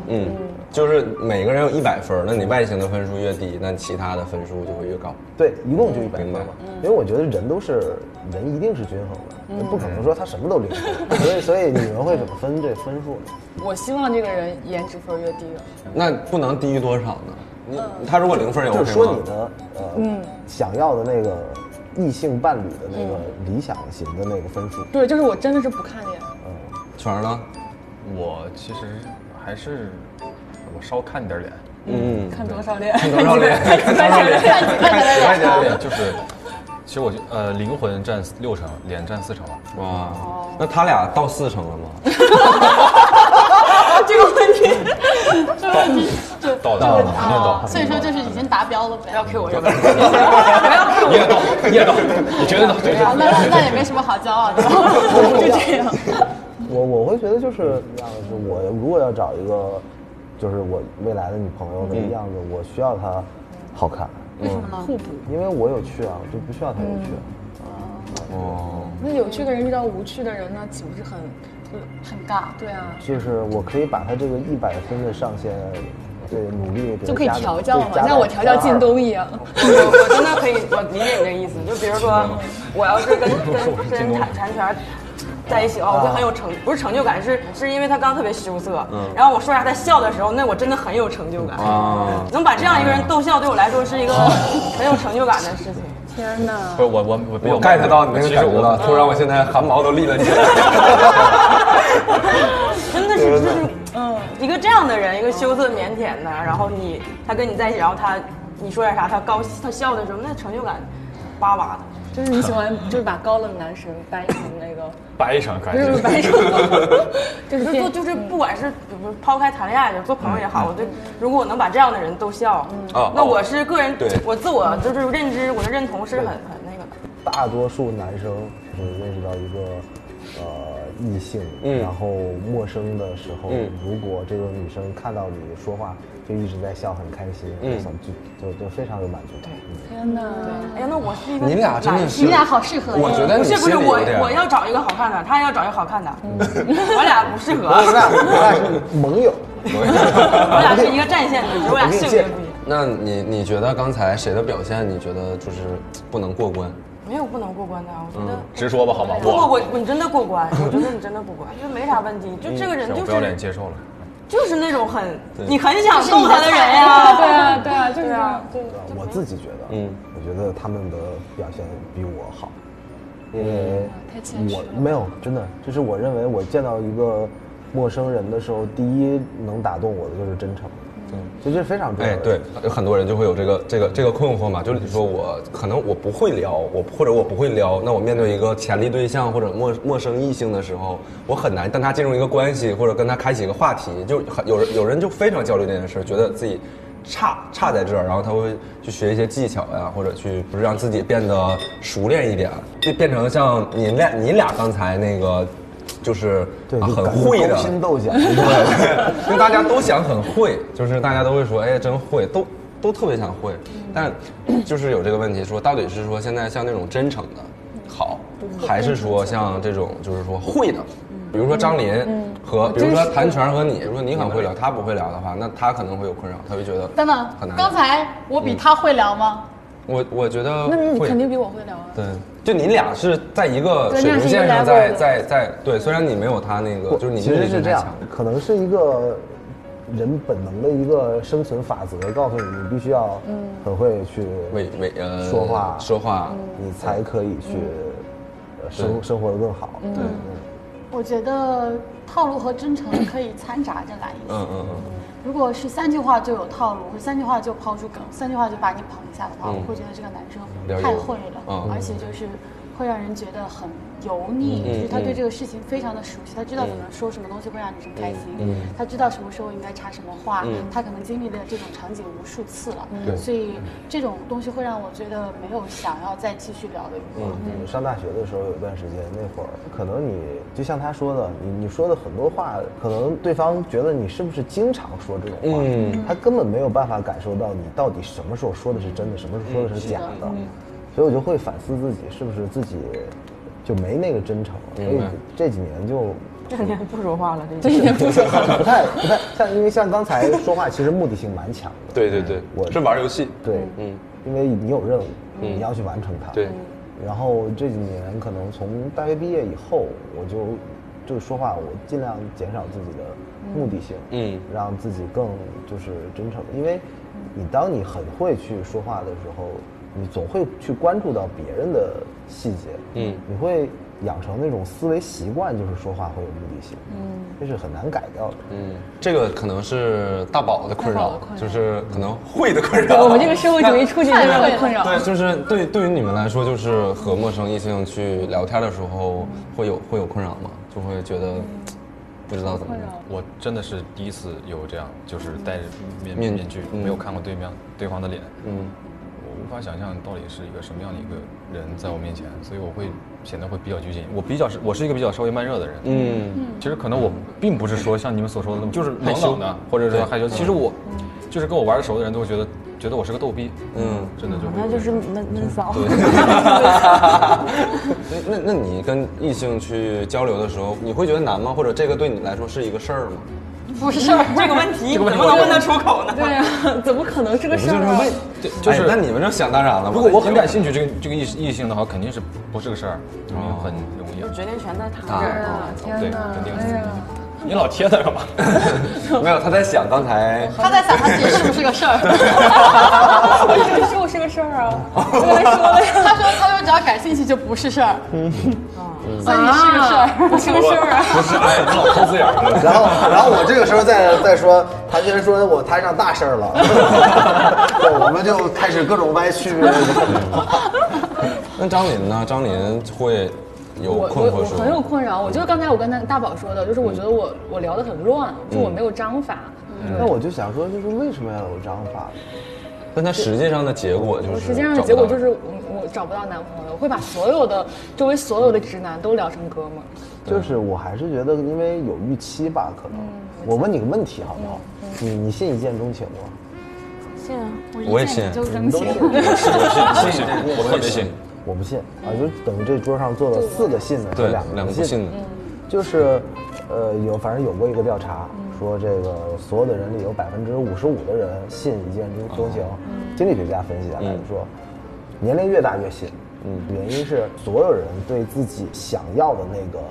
S2: 嗯，就是每个人有一百分儿，那你外形的分数越低，那其他的分数就会越高。
S6: 对，一共就一百分
S2: 明白
S6: 嘛。因为我觉得人都是人，一定是均衡的，不可能说他什么都零分。所以，所以你们会怎么分这分数呢？
S3: 我希望这个人颜值分越低越好。
S2: 那不能低于多少呢？你
S1: 嗯
S2: 他如果零分儿也 OK
S6: 就
S2: 吗？
S6: 是说你的呃，
S5: 嗯
S6: 想要的那个异性伴侣的那个理想型的那个分数，
S3: 对，就是我真的是不看脸，
S2: 全 儿呢？
S7: 我其实还是我稍看你点脸，
S2: 嗯，
S3: 看多少脸？
S2: 多少脸？看多少脸？看几块钱脸？
S7: 就是其实我就呃灵魂占六成，脸占四成吧。
S2: 哇，那他俩到四成了吗？
S1: 这个问题，
S7: 到到了，你也到，
S5: 哦所以说就是已经达标了呗。
S1: 不要 Q 我这个问题，不要 Q
S7: 你也到，你也到，你绝对到，绝对
S5: 啊
S7: 到。
S5: 那那那也没什么好骄 傲的，就这样。
S6: 我我会觉得就是样子，我如果要找一个，就是我未来的女朋友的样子，我需要她好看，嗯
S5: 为什么呢？嗯
S6: 因为我有趣啊，我就不需要她有趣啊。
S2: 哦，
S3: 那有趣的人遇到无趣的人，那岂不是很？
S5: 很尬。
S3: 对啊，
S6: 就是我可以把他这个一百分的上限对，努力
S3: 就可以调教嘛，像
S6: 像
S3: 我调教靳东一样。
S1: 我我真的可以，我理解你这意思。就比如说，我要是跟跟跟产产权在一起的话，我会很有成，不是成就感，是是因为他刚特别羞涩，然后我说啥他笑的时候，那我真的很有成就感。
S2: 啊，
S1: 能把这样一个人逗笑，对我来说是一个很有成就感的事情。
S3: 天哪！
S7: 不是我我我比较
S2: 我 get 到你那个
S7: 其实
S2: 感觉
S7: 我
S2: 了，突然我现在汗毛都立了起来。
S1: 真的是就是，嗯，一个这样的人，一个羞涩腼腆的，然后你他跟你在一起，然后他你说点啥，他高他笑的时候，那成就感叭叭的。
S3: 就是你喜欢，就是把高冷男神翻译成那 个，
S7: 掰一场感
S3: 不
S7: 觉
S3: 是不 是翻译成，
S1: 就
S3: 就是
S1: 是
S3: 电
S1: 做就是不管是比如抛开谈恋爱，就做朋友
S3: 嗯
S1: 也好，我对如果我能把这样的人逗笑，
S2: 哦
S1: 那我是个人
S2: 对，
S1: 我自我就是认知，我的认同是很很那个的。
S6: 大多数男生就是认识到一个呃异性，
S2: 嗯
S6: 然后陌生的时候，
S2: 嗯
S6: 如果这个女生看到你说话就一直在笑，很开心，
S2: 嗯
S6: 就就就非常有满足感。嗯
S3: 天哪！
S1: 哎呀，那我是一个
S2: 你俩真的
S1: 男
S2: 是，
S5: 你们俩好适合呀。
S2: 我觉得
S1: 不
S2: 你
S1: 是不
S2: 心
S1: 是
S2: 里
S1: 我
S2: 有点嗯
S1: 我要找一个好看的，他要找一个好看的，我俩不适 合，
S6: 我俩我俩是嗯盟友，
S1: 我俩是一个战线的，只是我俩性别不一样。
S2: 那你你觉得刚才谁的表现你觉得就是不能过关？
S1: 没有不能过关的，我觉
S2: 嗯
S1: 得。
S7: 直说吧，好吗？
S1: 不不
S7: 我
S1: 不，你真的过关，我觉得你真的过关，就没啥问题。就这个人
S2: 嗯
S7: 行
S1: 就
S7: 我不要脸
S1: 是
S7: 接受了。
S1: 就是那种很你很想逗他的人呀、
S3: 对 啊对啊，就是这样。对
S6: 我自己觉得，
S2: 嗯
S6: 我觉得他们的表现比我好，
S2: 嗯
S6: 因为
S3: 太谦虚了
S6: 我没有真的，就是我认为我见到一个陌生人的时候，第一能打动我的就是真诚，嗯，就这非常重要
S2: 哎，
S6: 的。
S2: 对，有很多人就会有这个这个这个困惑嘛，就是你说我可能我不会聊，我或者我不会聊，那我面对一个潜力对象或者陌陌生异性的时候，我很难跟他进入一个关系，或者跟他开启一个话题，就很有人有人就非常焦虑这件事，觉得自己。差差在这儿，然后他会去学一些技巧呀，或者去不是让自己变得熟练一点，就变成像你俩你俩刚才那个，就是
S6: 对，
S2: 啊
S6: 就
S2: 很
S6: 感觉
S2: 会的
S6: 勾心斗角，
S2: 对，因为大家都想很会，就是大家都会说，哎，真会，都都特别想会，但就是有这个问题，说到底是说现在像那种真诚的好，还是说像这种就是说会的，比如说张琳和，比如说谭泉和你，如果你很会聊，他不会聊的话，那他可能会有困扰，他会觉得
S5: 等等
S2: 很，难聊。嗯
S5: 刚才我比他会聊吗？
S2: 我我觉得
S3: 那你
S2: 会
S3: 肯定比我会聊啊。
S2: 对，就你俩是在一个水平线上在，在在对，虽然你没有他那个， 就是你
S6: 其
S2: 目
S6: 实
S2: 的
S6: 是
S2: 性
S6: 这
S2: 太
S6: 样
S2: 强，，
S6: 可能是一个人本能的一个生存法则，告诉你你必须要
S3: 嗯
S6: 很会去
S2: 为为呃
S6: 说话嗯
S2: 说话，
S6: 你才可以去
S3: 嗯
S6: 呃生
S2: 对
S6: 生活的更好。对，
S5: 我觉得套路和真诚可以掺杂着来一些。
S2: 嗯嗯嗯。
S5: 如果是三句话就有套路，或者三句话就抛出梗，三句话就把你捧一下的话，
S2: 嗯
S5: 我会觉得这个男生
S2: 了解
S5: 太会了，
S2: 嗯
S5: 而且就是会让人觉得很油腻，
S2: 嗯
S5: 就是他对
S2: 嗯
S5: 这个事情非常的熟悉，他知道怎么说什么东西会让女生开心，
S2: 嗯
S5: 他知道什么时候应该插什么话，他可能经历了这种场景无数次了，
S2: 嗯
S5: 所以这种东西会让我觉得没有想要再继续聊的余
S2: 嗯
S5: 地。
S6: 我嗯们上大学的时候有一段时间，那会儿可能你就像他说的，你你说的很多话，可能对方觉得你是不是经常说这种话，
S2: 嗯
S6: 他根本没有办法感受到你到底什么时候说的是真的，什么时候说
S2: 嗯
S6: 的是假的，所以我就会反思自己是不是自己就没那个真诚，所以
S2: 明白
S6: 这几年就
S1: 这两天不说话了，这
S3: 这一点不说。
S6: 不太不太像，因为像刚才说话其实目的性蛮强的，
S2: 对对对，
S6: 我
S2: 是玩游戏。
S6: 对，
S2: 嗯，
S6: 因为你有任务，你要去完成它。
S2: 对。
S6: 然后这几年可能从大学毕业以后，我就这个说话我尽量减少自己的目的性，
S2: 嗯
S6: 让自己更就是真诚，因为你当你很会去说话的时候，你总会去关注到别人的细节，
S2: 嗯
S6: 你会养成那种思维习惯，就是说话会有目的性，嗯，这是很难改掉的。
S2: 嗯，这个可能是大宝的困
S3: 大宝
S2: 扰
S3: 的困，扰
S2: 就是可能会的困
S3: 对
S2: 扰。
S3: 我们这个社会主义促进这个困 扰。
S2: 对，就是对对于你们来说，就是和陌生异性去聊天的时候，会有会有困扰吗？就会觉得不知道怎么
S3: 困扰
S7: 我真的是第一次有这样，就是戴着面
S2: 面
S7: 面具，
S2: 嗯
S7: 没有看过对面对方的脸，
S2: 嗯，
S7: 我无法想象到底是一个什么样的一个人在我面前，所以我会显得会比较拘谨。我比较是，我是一个比较稍微慢热的人，
S2: 嗯，
S7: 其实可能我并不是说像你们所说的那么就是
S2: 害
S7: 冷
S2: 羞
S7: 冷的，或者说
S2: 对
S7: 害羞。其实我就是跟我玩的熟的人都会觉得觉得我是个逗逼，
S2: 嗯，
S7: 真的就会
S3: 那就是闷闷骚。
S2: 那那那你跟异性去交流的时候，你会觉得难吗？或者这个对你来说是一个事儿吗？
S1: 不是这个问题，怎么能问得出口呢？
S3: 对呀、啊 怎么可能是个事儿啊？
S7: 就是
S2: 哎那你们这想当然了吧。
S7: 如果我很感兴趣这个这个异异性的话，肯定是不是个事儿，很容易。
S1: 决定权在他这
S2: 啊
S1: 儿。
S2: 啊
S7: 对，肯定。
S3: 哎呀，
S7: 你老贴他干嘛？
S2: 没有，他在想刚 才
S5: 他在想他自己是不是个 事儿。
S3: 这个是我是个事儿啊，我跟他说了呀。
S5: 他说他说只要感兴趣就不是事儿，
S2: 嗯
S5: 嗯所以是个事儿，
S3: 啊，是个事儿啊。
S7: 不是，哎，你老抠字眼儿。
S6: 然后，然后我这个时候再再说，他居然说我摊上大事儿了， 对，我们就开始各种歪曲。
S2: 那张琳呢？张琳会有
S3: 我
S2: 困
S3: 我
S2: 惑
S3: 我嗯
S2: 说
S3: 很有困扰，我就是刚才我跟那大宝说的，就是我觉得我我聊得很乱，就我没有章法。
S6: 那我就想说，就是为什么要有章法？
S2: 但他实际上的结果就是
S3: 我实际上的结果就是我我找不到男朋友，我会把所有的周围所有的直男都聊成哥们儿。
S6: 就是我还是觉得，因为有预期吧，可能。我问你个问题好不好？你你信一见钟情吗？
S1: 信啊，
S2: 我也信
S5: 就扔钱。
S7: 信信，我特别信。
S6: 我不信啊，就等于这桌上坐了四个信的，
S2: 对
S6: 有两个
S2: 两个
S6: 不
S2: 不
S6: 信
S2: 信
S6: 的
S2: 的。
S1: 嗯
S6: 就是，呃，有反正有过一个调查，说这个所有的人里有百分之五十五的人信一见钟钟情。经济学家分析下来说，年龄越大越信。嗯，原因是所有人对自己想要的那个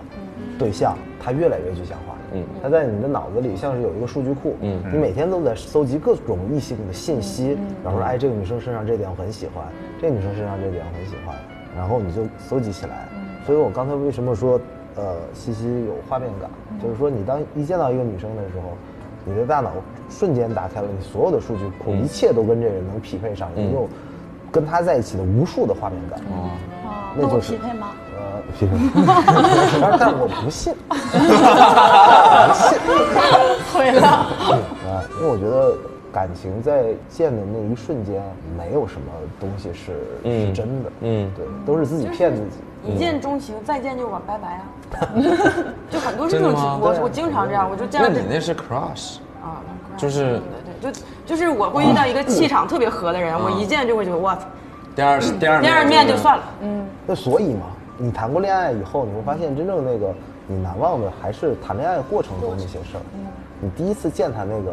S6: 对象，他越来越具象化。嗯，他在你的脑子里像是有一个数据库。嗯，你每天都在搜集各种异性的信息，然后说，哎，这个女生身上这点我很喜欢，这个女生身上这点我很喜欢，然后你就搜集起来。所以我刚才为什么说呃，西西有画面感，就是说你当一见到一个女生的时候，你的大脑瞬间打开了你所有的数据库，一切都跟这人能匹配上，你有跟他在一起的无数的画面感。
S5: 哦
S6: 那
S5: 那
S6: 就
S5: 我
S6: 是
S5: 匹配吗？
S6: 呃，匹配，呃 但但我不信，我不信，
S5: 毁了。
S6: 啊，因为我觉得感情在见的那一瞬间，没有什么东西是是真的，嗯，对，都是自己骗自己。
S1: 一见钟情，再见就晚拜拜啊！就很多这种
S2: 真的吗
S1: 情，我我经常这样，我就见
S2: 那
S1: 到
S2: 你
S1: 这
S2: 那是 crush，
S1: 啊，
S2: 就是
S1: 对对，就就是我会遇到一个气场特别合的人，我一见就会觉得哇，
S2: 第二第二
S1: 第二面就算
S2: 了。
S1: 了。
S6: 那所以嘛，你谈过恋爱以后，你会发现真正那个你难忘的还是谈恋爱过程中那些事儿。你第一次见他那个，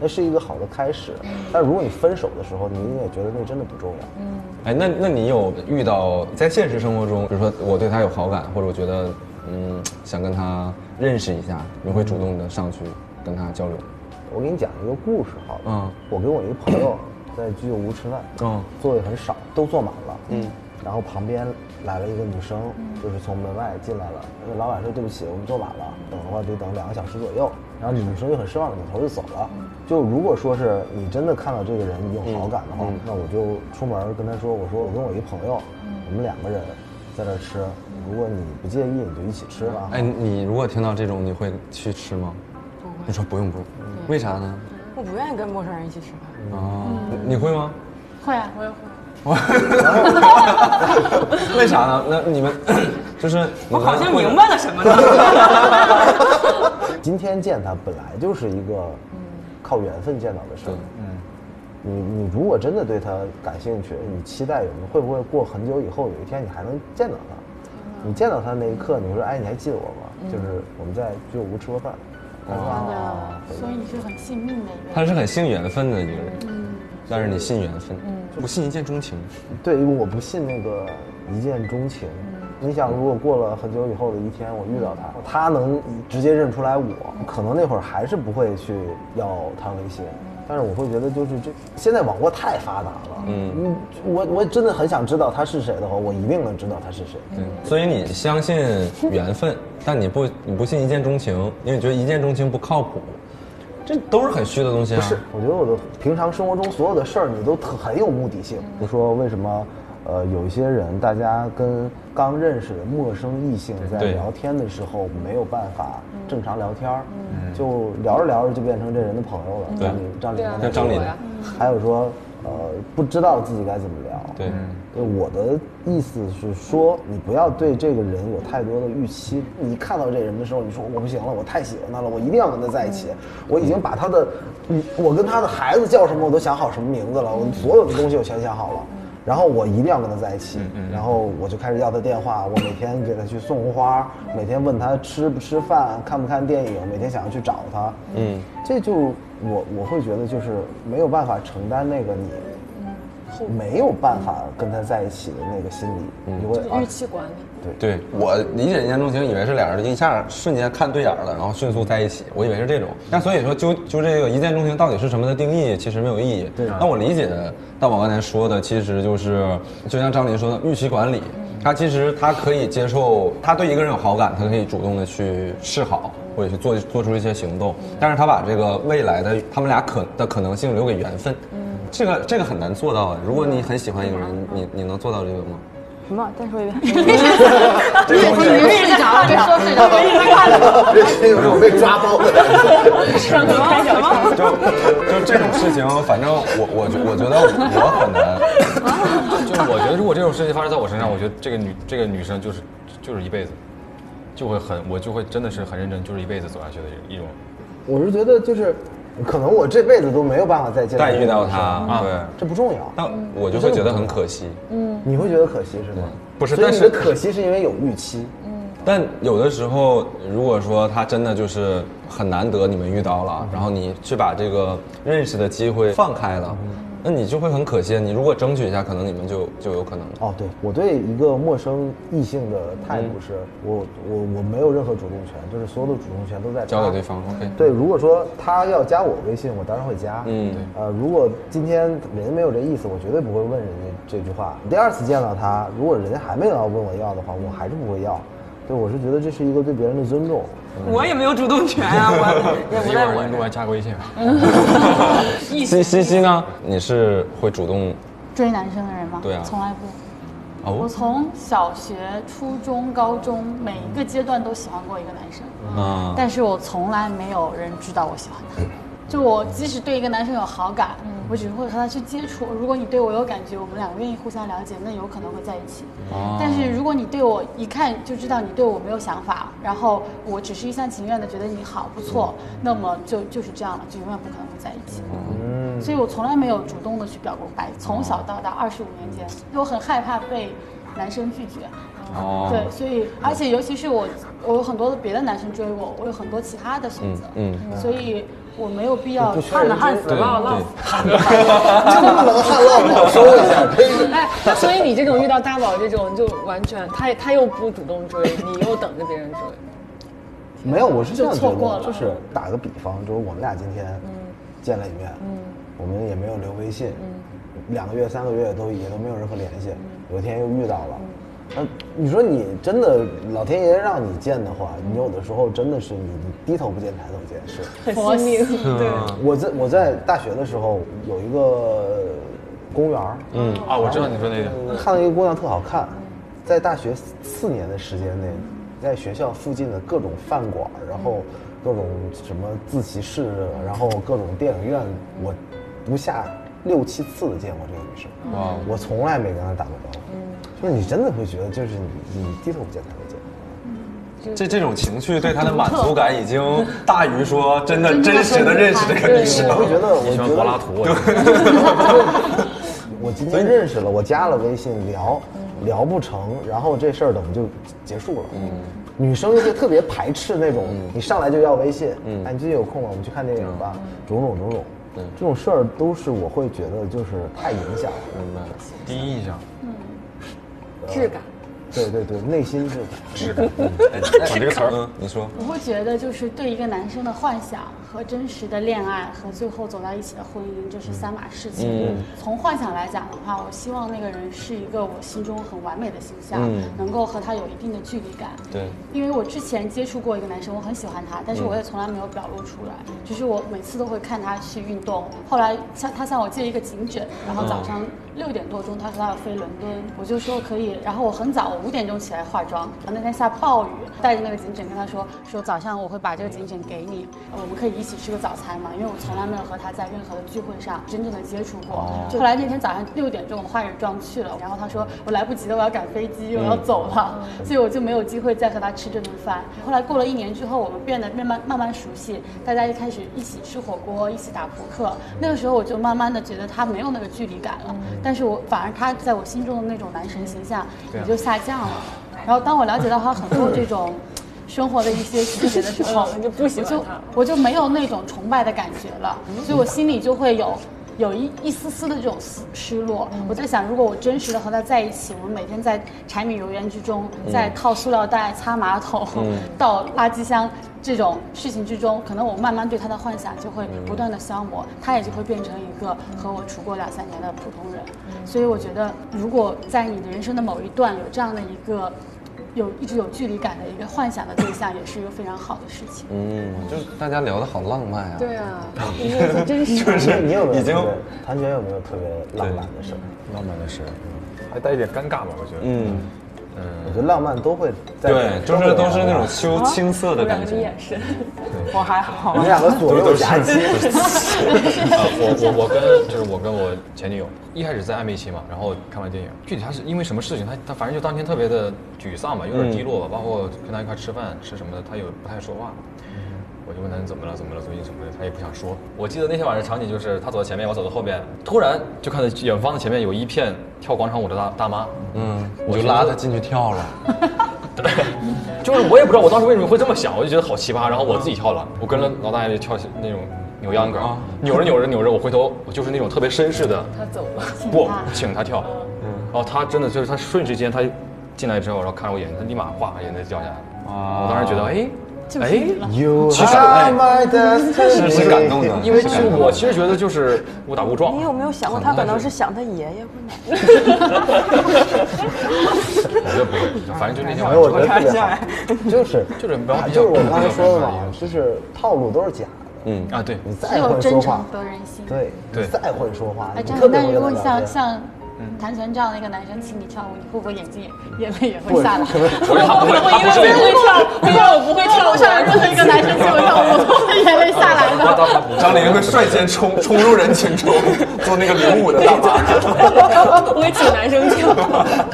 S6: 那是一个好的开始。但如果你分手的时候，你也觉得那真的不重要。
S2: 哎，那那你有遇到在现实生活中，比如说我对他有好感，或者我觉得嗯想跟他认识一下，你会主动的上去跟他交流？
S6: 我给你讲一个故事好了。
S2: 嗯
S6: 我跟我一朋友在居酒屋吃饭，
S2: 嗯
S6: 座位很少，都坐满了。嗯，然后旁边来了一个女生，就是从门外进来了。那老板说：“对不起，我们坐满了，等的话得等两个小时左右。”然后女生就很失望，扭头就走了。就如果说是你真的看到这个人你有好感的话，
S2: 嗯
S6: 那我就出门跟他说：“我说我跟我一朋友，我们两个人在这吃，如果你不介意，你就一起吃吧。”
S2: 哎，你如果听到这种，你会去吃吗？不会。你说不用不用，为啥呢？
S1: 我不愿意跟陌生人一起吃饭，
S2: 哦，你你会吗？
S5: 会啊，我也会。
S2: 为啥呢？那你们 就是
S1: 我好像明
S2: 白。
S1: 白了什么呢？
S6: 今天见他本来就是一个靠缘分见到的事儿。嗯，你你如果真的对他感兴趣，你期待有会不会过很久以后有一天你还能见到他？你见到他那一刻，你会说哎，你还记得我吗？就是我们在居酒屋吃过饭。他说啊，对
S5: 所以你是很信命的一个人。
S2: 他是很信缘分的一个人，
S6: 嗯
S2: 但是你信缘分，不信一见钟情。
S6: 对，因为我不信那个一见钟情。你想，如果过了很久以后的一天，我遇到他，他能直接认出来我，可能那会儿还是不会去要他微信。但是我会觉得，就是这现在网络太发达了，嗯，我我真的很想知道他是谁的话，我一定能知道他是谁。
S2: 对，所以你相信缘分，但你不你不信一见钟情，因为你觉得一见钟情不靠谱，这都是很虚的东西啊。
S6: 不是，我觉得我的平常生活中所有的事儿，你都特很有目的性。我说为什么，呃，有一些人大家跟刚认识的陌生异性在
S2: 对
S6: 聊天的时候没有办法正常聊天儿，就聊着聊着就变成这人的朋友了。
S2: 嗯对
S6: 张琳，张琳
S2: 像张琳，
S6: 还有说，呃，不知道自己该怎么聊。
S2: 对，
S6: 对，我的意思是说，你不要对这个人有太多的预期。你看到这人的时候，你说我不行了，我太喜欢他了，我一定要跟他在一起。我已经把他的，嗯我跟他的孩子叫什么，我都想好什么名字了，我所有的东西我全想好了。嗯然后我一定要跟他在一起，然后我就开始要他电话，我每天给他去送花，每天问他吃不吃饭，看不看电影，每天想要去找他，嗯，这就我我会觉得就是没有办法承担那个你。嗯没有办法跟他在一起的那个心理，
S2: 嗯
S6: 你会啊
S3: 预期管理。
S2: 对我理解一见钟情，以为是俩人一下瞬间看对眼了，然后迅速在一起，我以为是这种。但所以说就，就这个一见钟情到底是什么的定义，其实没有意义。对，啊那我理解大宝刚才说的，其实就是就像张琳说的预期管理，他其实他可以接受，他对一个人有好感，他可以主动的去示好。或者去做做出一些行动，但是他把这个未来的他们俩可的可能性留给缘分，这个这个很难做到啊。如果你很喜欢一个人，你你能做到这个吗？
S1: 什么？再说一遍。
S5: 你睡着了，别说睡着了。
S6: 啊
S8: 这有种被抓包的 感觉。
S1: 什么？
S2: 就就这种事情，反正我我觉我觉得我很难。
S7: 就是我觉得，如果这种事情发生在我身上，我觉得这个女这个女生就是就是一辈子，就会很我就会真的是很认真，就是一辈子走下去的一种
S6: 我是觉得就是，可能我这辈子都没有办法再见
S2: 再遇到，他，对，
S6: 这不重要。
S2: 但我就会觉得很可惜。
S3: 嗯
S6: 你会觉得可惜是
S2: 嗯
S6: 吗？
S2: 不是
S6: 所以
S2: 但
S6: 你
S2: 是
S6: 的可惜是因为有预期。
S3: 嗯
S2: 但有的时候，如果说他真的就是很难得你们遇到了，然后你去把这个认识的机会放开了，那你就会很可惜。你如果争取一下，可能你们就就有可能了。
S6: 哦，对，我对一个陌生异性的态度是，
S2: 嗯
S6: 我我我没有任何主动权，就是所有的主动权都在他
S2: 交给对。方，OK。
S6: 对，如果说他要加我微信，我当然会加。
S2: 嗯
S6: 嗯，呃，如果今天人家没有这意思，我绝对不会问人家这句话。第二次见到他，如果人家还没有要问我要的话，我还是不会要。对，我是觉得这是一个对别人的尊重。
S1: 我也没有主动权啊，我也不
S7: 一会
S1: 在
S7: 儿
S1: 我
S7: 录完加个微信。
S2: 西西西呢？你是会主动
S5: 追男生的人吗？
S2: 对啊
S5: 从来不。我
S2: 哦？
S5: 从小学、初中、高中每一个阶段都喜欢过一个男生，
S2: 啊，
S5: 但是我从来没有人知道我喜欢他。就我即使对一个男生有好感，嗯我只是会和他去接触。如果你对我有感觉，我们两个愿意互相了解，那有可能会在一起。但是如果你对我一看就知道你对我没有想法，然后我只是一厢情愿的觉得你好不错，那么就就是这样了，就永远不可能会在一起。
S2: 嗯
S5: 所以我从来没有主动的去表过白，
S2: 哦
S5: 从小到大二十五年间，因为我很害怕被男生拒绝。
S2: 哦
S5: 对，所以而且尤其是我，我有很多的别的男生追我，我有很多其他的选择，
S2: 嗯
S5: 所以我没有必要。
S1: 旱的旱死涝涝死。
S3: 哎，所以你这种遇到大宝这种，就完全他他又不主动追，你又等着别人追，
S6: 没有，我是这样觉
S5: 就错过
S6: 得，
S5: 了
S6: 就是打个比方，就是我们俩今天见了一面，
S5: 嗯
S6: 我们也没有留微信，两个月、三个月都也都没有任何联系，
S5: 嗯
S6: 有一天又遇到了。那你说你真的老天爷让你见的话，
S5: 嗯
S6: 你有的时候真的是你你低头不见抬头见， 是。
S3: 很心命。
S6: 我在我在大学的时候有一个公园儿，嗯，
S7: 啊，我知道你说那个，
S6: 看到一个姑娘特好看，在大学四四年的时间内，在学校附近的各种饭馆，然后各种什么自习室，然后各种电影院，我不下六七次的见过这个女生，
S7: 哦
S2: 哇
S6: 我从来没跟她打过招呼，就是你真的会觉得，就是你你低头不见抬头见。
S2: 这这种情绪对他的满足感已经大于说真的真实的认识这个女生。
S6: 我会觉得，我
S7: 你喜
S6: 觉
S7: 欢
S6: 得
S7: 柏拉图，我觉得
S6: 我今天认识了，我加了微信聊，聊不成，然后这事儿等就结束了。
S2: 嗯
S6: 女生就特别排斥那种，你上来就要微信，
S2: 嗯
S6: 哎，你最近有空吗？我们去看电影吧，种种种种，这种事儿都是我会觉得就是太影响了。
S2: 明白
S7: 第一印象，
S3: 质感。
S6: 对对对，内心质感。
S2: 管这个词儿，嗯，哎你说
S5: 我会觉得，就是对一个男生的幻想和真实的恋爱和最后走到一起的婚姻，这
S2: 嗯
S5: 是三码事情。从幻想来讲的话，我希望那个人是一个我心中很完美的形象，
S2: 嗯
S5: 能够和他有一定的距离感。
S2: 对，
S5: 因为我之前接触过一个男生，我很喜欢他，但是我也从来没有表露出来，只是我每次都会看他去运动。后来向他向我借一个颈枕，然后早上六点多钟，他说他要飞伦敦，我就说可以。然后我很早，我五点钟起来化妆，那天下暴雨，带着那个颈枕跟他说，说早上我会把这个颈枕给你，我们可以一一起吃个早餐嘛，因为我从来没有和他在任何的聚会上真正的接触过。后来那天早上六点钟，我化着妆去了，然后他说我来不及了，我要赶飞机，我要走了，所以我就没有机会再和他吃这顿饭。后来过了一年之后，我们变得慢慢慢慢熟悉，大家就开始一起吃火锅，一起打扑克。那个时候我就慢慢的觉得他没有那个距离感了，但是我反而他在我心中的那种男神形象也就下降了。然后当我了解到他很多这种。生活的一些细节的时候，
S9: 嗯就不喜
S5: 我
S9: 欢
S5: 就
S9: 他
S5: 我就没有那种崇拜的感觉了，所以我心里就会有有一一丝丝的这种失失落。我在想，如果我真实的和他在一起，我们每天在柴米油盐之中，在套塑料袋、擦马桶、 倒垃圾箱这种事情之中，可能我慢慢对他的幻想就会不断的消磨，他也就会变成一个和我处过两三年的普通人。所以我觉得，如果在你的人生的某一段有这样的一个。有一直有距离感的一个幻想的对象，也是一个非常好的事情。
S2: 嗯，就是大家聊的好浪漫呀、
S9: 对啊，你很真实。
S6: 你有没有
S2: 已经
S6: 特别谭泉有没有特别浪漫的事儿？
S7: 浪漫的事，还哎带一点尴尬吧，我觉得。
S2: 嗯，
S6: 我觉得浪漫都会在
S2: 对，就是都是那种
S6: 我
S2: 秋青涩的
S9: 我
S2: 感
S9: 感觉
S2: 觉
S9: 眼。 神，
S1: 我还好
S6: 们，两个左右夹击，
S7: 啊，我我我跟就是我跟我前女友一开始在暧昧期嘛，然后看完电影，具体她是因为什么事情，她她反正就当天特别的沮丧吧，有点
S2: 嗯
S7: 低落吧，包括跟她一块吃饭吃什么的，她也不太说话。
S2: 嗯
S7: 我就问她你怎么了怎么了最近什么的，她也不想说。我记得那天晚上场景就是她走在前面，我走在后边，突然就看到远方的前面有一片跳广场舞的大大妈，
S2: 嗯，我就拉他进去跳了。
S7: 就是我也不知道我当时为什么会这么想，我就觉得好奇葩。然后我自己跳了，我跟着老大爷跳那种扭秧歌
S2: 嗯啊，
S7: 扭着扭着扭着，我回头我就是那种特别绅士的，
S9: 他走了，
S7: 不
S5: 啊
S7: 请他跳，然后他真的就是他瞬时间他进来之后，然后看着我眼睛，他立马哗眼泪掉下来了。我当时觉得哎哎，
S6: You
S7: 其实
S6: are
S7: 哎
S6: my destiny，
S2: 是是感动的
S7: 因为就是我其实觉得就是误打误撞
S1: 你，有没有想过他可能是想他爷爷或者？
S7: 我觉得不会，反正就那天晚
S6: 哎，我觉
S7: 上
S1: 开玩
S6: 得特别
S1: 笑
S2: 啊
S6: 好，就是 啊
S7: 就是不要比较
S6: 就是我刚才说的嘛，就是套路都是假的，
S2: 嗯
S7: 啊对，
S6: 你
S5: 只
S6: 再
S5: 有
S6: 会
S5: 真
S6: 说
S5: 诚
S6: 话，
S5: 得人心。
S6: 对，
S7: 对
S6: 你再会说话，你
S5: 哎，真
S6: 特
S5: 的，
S6: 别
S5: 那
S6: 会
S5: 如
S6: 跟他
S5: 果
S6: 聊天。
S5: 像像谭泉这样的一个男生请你跳舞，你会不会眼睛也眼泪也会下来？
S7: 不是他不会，他不是那种。
S9: 跳，因为我不会
S5: 如
S9: 跳
S5: 果
S9: 舞
S5: 路。上有任何一个男生请我跳舞，我都会眼泪下来的。
S2: 张琳会率先冲冲入人群中，做那个领舞的大妈。
S9: 我会请男 生跳，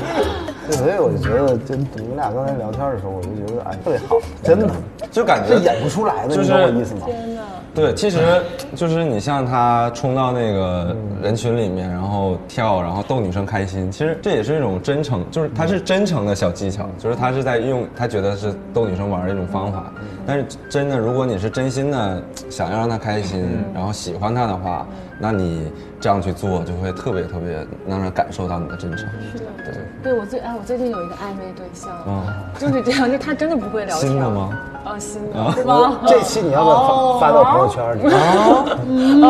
S6: 对，所以我就觉得，就你们俩刚才聊天的时候，我就觉得，哎，特别好，真的，
S7: 嗯
S2: 就感觉
S6: 这演不出来的，
S2: 就
S6: 你
S2: 是
S6: 懂我意思吗？
S2: 对，其实就是你像他冲到那个人群里面，然后跳，然后逗女生开心，其实这也是一种真诚，就是他是真诚的小技巧，就是他是在用他觉得是逗女生玩的一种方法。但是真的，如果你是真心的想要让她开心，然后喜欢她的话，那你这样去做就会特别特别能让人感受到你的真诚。
S3: 对我最哎，我最近有一个暧昧对象，就是这样，就他真的不会聊
S2: 哦嗯新
S3: 天。
S2: 的？吗？
S3: 啊，新的。
S2: 啊
S3: 对吧？
S6: 这期你要不
S5: 哦
S6: 要发发到朋友圈里？
S2: 一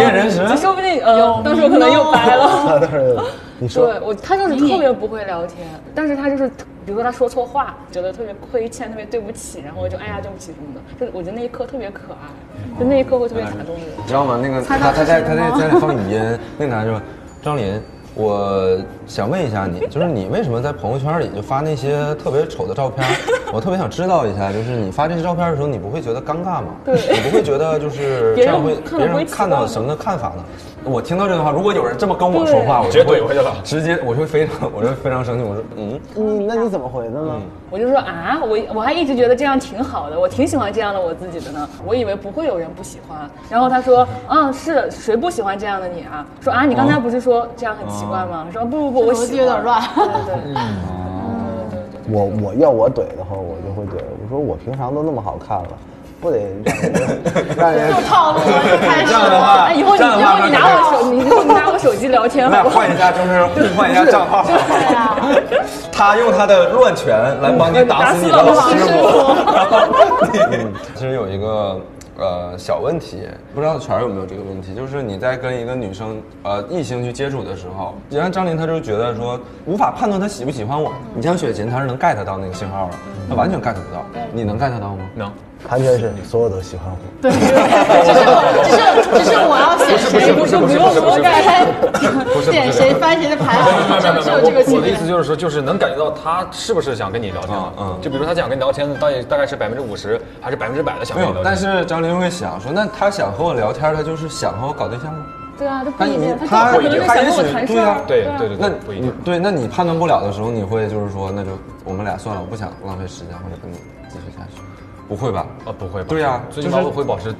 S2: 夜人神。
S3: 说不定呃，到时候可能又掰了。
S6: 啊但是 你说
S3: 对我，他就是特别不会聊天，但是他就是，比如说他说错话，觉得特别亏欠，特别对不起，然后我就哎呀对不起什么的，就是我觉得那一刻特别可爱，就那一刻会特别打动我。
S2: 你知道吗？那个他他在他在在那放语音，那个男生说：“张琳，我想问一下你，就是你为什么在朋友圈里就发那些特别丑的照片？ 我特别想知道一下，就是你发这些照片的时候，你不会觉得尴尬吗？你不会觉得就是这样会别
S3: 别人看了
S2: 人
S3: 会
S2: 看到
S3: 奇怪吗
S2: 什么的看法呢？”我听到这个话，如果有人这么跟我说话，我就会
S7: 直接怼回去了
S2: 直接我就会非常我就会非常生气，我说嗯，
S6: 你那你怎么回的呢？
S7: 嗯
S3: 我就说啊，我我还一直觉得这样挺好的，我挺喜欢这样的我自己的呢。我以为不会有人不喜欢。然后他说，嗯，是谁不喜欢这样的你啊？说啊，你刚才不是说这样很奇怪吗？说不不不，我
S5: 逻
S3: 喜
S5: 辑
S3: 欢。
S5: 有点乱
S3: 对对对，
S6: 我我要我怼的话，我就会怼，我说我平常都那么好看了，不得 让人让人
S5: 套路又开始
S2: 这样的
S5: 了。
S2: 话，
S3: 哎，以后你
S2: 这样的
S3: 以
S2: 话
S3: 后你拿我手，你以后你拿我手机聊天
S2: 咱俩
S3: 好不好？
S2: 换一下，就是互换一下账号。
S5: 对啊，
S2: 他用他的乱拳来帮你打死你的老师傅。其实有一个呃小问题，不知道全儿有没有这个问题，就是你在跟一个女生呃异性去接触的时候，人家张琳她就觉得说无法判断她喜不喜欢我。你像雪琴，她是能 get 到那个信号的，她完全 get 不到。你能 get 到吗？
S7: 能
S6: 完全是所有的喜欢我。
S3: 对，只是只是只是我要显示，
S7: 不是不是不是不是不是
S5: 点谁翻谁的牌啊，
S7: 没有没有没有
S5: 就是有这个
S7: 我
S5: 气
S7: 我的意思
S5: 氛。
S7: 就是说，就是能感觉到他是不是想跟你聊天了。嗯，就比如他想跟你聊天，大概大概是百分之五十还是百分之百的想
S2: 没
S7: 跟你
S2: 有
S7: 聊天。，
S2: 但是张琳会想说，那他想和我聊天，他就是想和我搞对象吗？
S3: 对啊，这不
S2: 他
S3: 一定
S2: 你，他
S3: 他可能是想跟我谈事
S2: 对
S3: 儿
S2: 啊，，
S7: 对对对
S2: 那
S7: 对，不一
S2: 你
S7: 定。
S2: 对，那你判断不了的时候，你会就是说，那就我们俩算了，我不想浪费时间，或者跟你继续下去，不会吧？
S7: 啊，不会吧？
S2: 对呀
S7: 最
S2: 就
S7: 起
S2: 是
S7: 码我会保持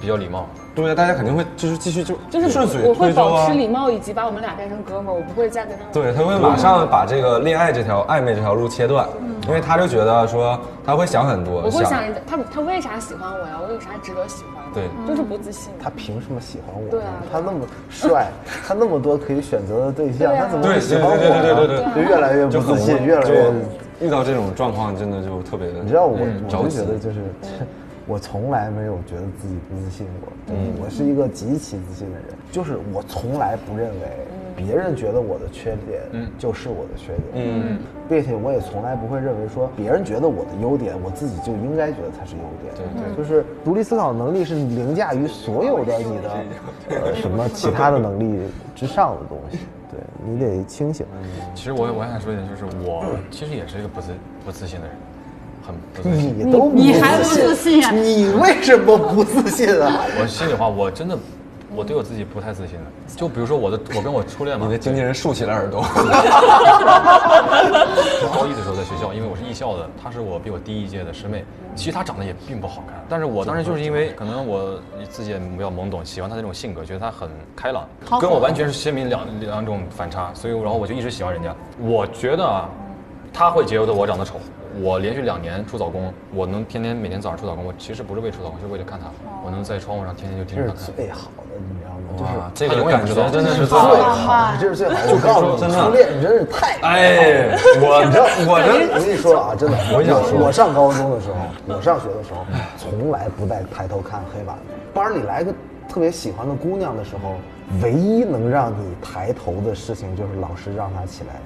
S7: 比较礼貌。
S2: 对啊，大家肯定会就是继续就
S3: 就是
S2: 顺水
S3: 我
S2: 推
S3: 会
S2: 舟
S3: 保
S2: 啊
S3: 持。礼貌，以及把我们俩变成哥们儿，我不会再跟他。
S2: 对，他会马上把这个恋爱这条暧昧这条路切断，因为他就觉得说他会想很多，
S3: 嗯我会想人家他他为啥喜欢我呀？我有啥值得喜欢的？
S2: 对
S3: 就是不自信。
S6: 他凭什么喜欢我？
S3: 对啊
S6: 他那么 帅，他那么多可以选择的对象，
S3: 对啊
S6: 他怎么会喜欢我呢？
S2: 对对对对对对
S6: 就越来越不
S2: 就很
S6: 自信，
S2: 无
S6: 越来越……
S2: 就遇到这种状况真的就特别的，
S6: 你知道我，我
S2: 嗯着
S6: 就
S2: 急
S6: 觉得就是，我从来没有觉得自己不自信过。
S2: 嗯
S6: 我是一个极其自信的人，就是我从来不认为
S5: 嗯
S6: 别人觉得我的缺点就是我的缺点。
S2: 嗯，
S6: 并且我也从来不会认为说别人觉得我的优点，我自己就应该觉得它是优点。对对，就是独立思考能力是凌驾于所有的你的呃什么其他的能力之上的东西。对你得清醒。
S7: 其实我我想说一点，就是我
S2: 嗯
S7: 其实也是一个不自不自信的人，很不自信。
S6: 你都
S5: 你还不自信啊
S6: 你为什么不自信啊？
S2: 嗯
S7: 我心里话，我真的我对我自己不太自信的。就比如说我的，我跟我初恋嘛
S2: 你，的经纪人竖起了耳朵，
S7: 高一的时候在学校，因为我是艺校的，她是我比我低一届的师妹。其实她长得也并不好看，但是我当时就是因为可能我自己也比较懵懂，喜欢她那种性格，觉得她很开朗，跟我完全是鲜明两两种反差，所以然后我就一直喜欢人家。我觉得啊，她会觉得我长得丑。我连续两年出早工，我能天天每天早上出早工，我其实不是为出早工，是为了看她。我能在窗户上天天就
S6: 这
S7: 盯
S6: 是
S7: 着她看。
S6: 最好的，你知道吗？就是
S2: 哇，这
S7: 他
S2: 个
S7: 永远
S2: 哎感
S7: 不
S2: 觉
S7: 知道
S2: 真的是
S6: 最
S2: 最好的。
S6: 好的，这是最好的。我告诉你，
S2: 真的
S6: 初恋你真是太……
S2: 哎，我
S6: 你知道我真，我跟你说啊，真的，我想说，我上高中的时候，我上学的时候，从来不带抬头看黑板。班里来个特别喜欢的姑娘的时候，唯一能让你抬头的事情就是老师让她起来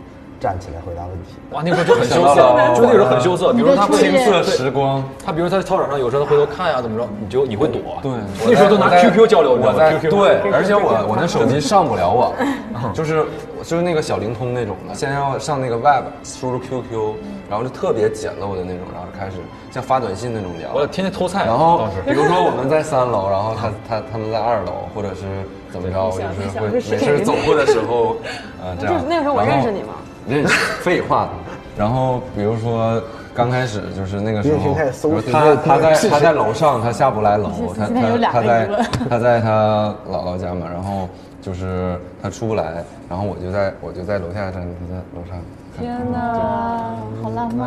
S6: 站起来回答问题。
S7: 哇，那个时候就很
S2: 想
S7: 羞
S2: 到了
S7: 涩，就那个时候很羞涩。比如说她会
S2: 青涩时光。
S7: 他比如说在操场上，有时候他回头看呀、怎么着，你就你会躲。
S2: 对，
S7: 那时候都拿
S2: 我在
S7: QQ 交流，你知
S2: 我
S7: 道吗
S2: 在
S7: ？QQ
S2: 对，而且我我那手机上不了网， 就是就是那个小灵通那种的，现在要上那个 Web 输入 QQ，然后就特别简陋的那种，然后就开始像发短信那种聊。
S7: 我天天偷 菜。
S2: 然后
S7: 当时，
S2: 比如说我们在三楼，然后他他他们在二楼，或者是怎么着，就是会每次走过的 时候，呃，这样。
S1: 就是那个时候我认识你吗？
S2: 认识，废话。然后比如说刚开始就是那个时
S6: 你也
S2: 候，
S6: 是开始搜寻
S2: 比如他
S6: 这个
S2: 他在
S6: 是
S2: 他在楼上，他下不来楼，他
S5: 现在有
S2: 他他
S5: 两个
S2: 在
S5: 疑问
S2: 他在他姥姥家嘛，然后就是他出不来，然后我就在我就在楼下站，他在楼上。
S3: 天哪！
S5: 好浪漫，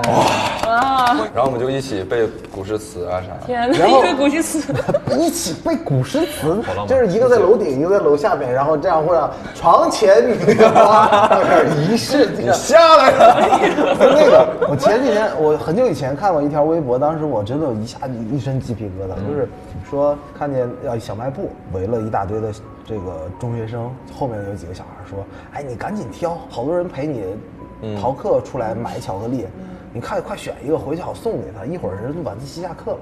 S2: 然后我们就一起背古诗词啊啥的。
S3: 天哪！一个古巨词，
S6: 一起背古诗词
S7: 浪漫，
S6: 就是一个在楼顶，一个在楼下边，然后这样会让床前明月光， 一世你下来了。那个，我前几天我很久以前看过一条微博，当时我真的一下一身鸡皮疙瘩，就是说看见要小卖部围了一大堆的这个中学生，后面有几个小孩说：“哎，你赶紧挑，好多人陪你逃课出来买巧克力。”你看，快选一个回去好送给他，一会儿人晚自习下课了。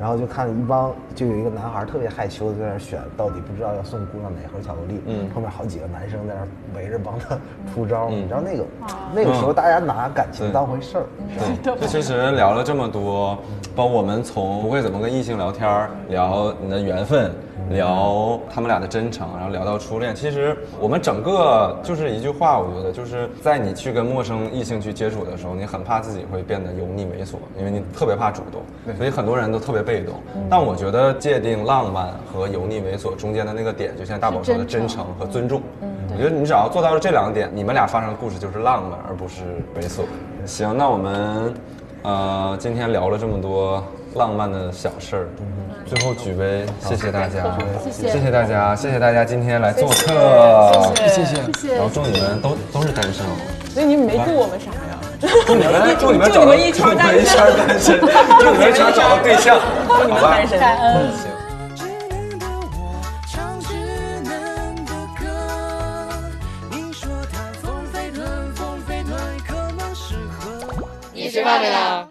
S6: 然后就看一帮，就有一个男孩特别害羞的在那儿选，到底不知道要送姑娘哪盒巧克力。嗯，后面好几个男生在那儿围着帮他出招。你知道那个那个时候大家拿感情当回事儿，
S2: 对，这其实聊了这么多，包括我们从不会怎么跟异性聊天儿，聊你的缘分，聊他们俩的真诚，然后聊到初恋。其实我们整个就是一句话，我觉得就是在你去跟陌生异性去接触的时候，你很怕自己会变得油腻猥琐，因为你特别怕主动，所以很多人都特别被动。但我觉得界定浪漫和油腻猥琐中间的那个点，就像大宝说的真诚和尊重。嗯我觉得你只要做到了这两点，你们俩发生的故事就是浪漫，而不是猥琐。行，那我们呃今天聊了这么多浪漫的小事儿，最后举杯，谢谢大家，嗯谢谢大家，谢谢大家今天来做客，谢谢，然后祝你们都都是单身哦，
S3: 所以你没祝我们啥呀？
S2: 祝你们祝你们
S1: 祝
S2: 找
S1: 你
S2: 到
S1: 们一圈单身
S2: 一圈单身，祝你们一圈找到对象，
S1: 祝你们
S2: 好吧
S1: 单。身。
S10: 稚嫩的我唱稚嫩的歌，你说它风飞轮，风飞轮可能适合。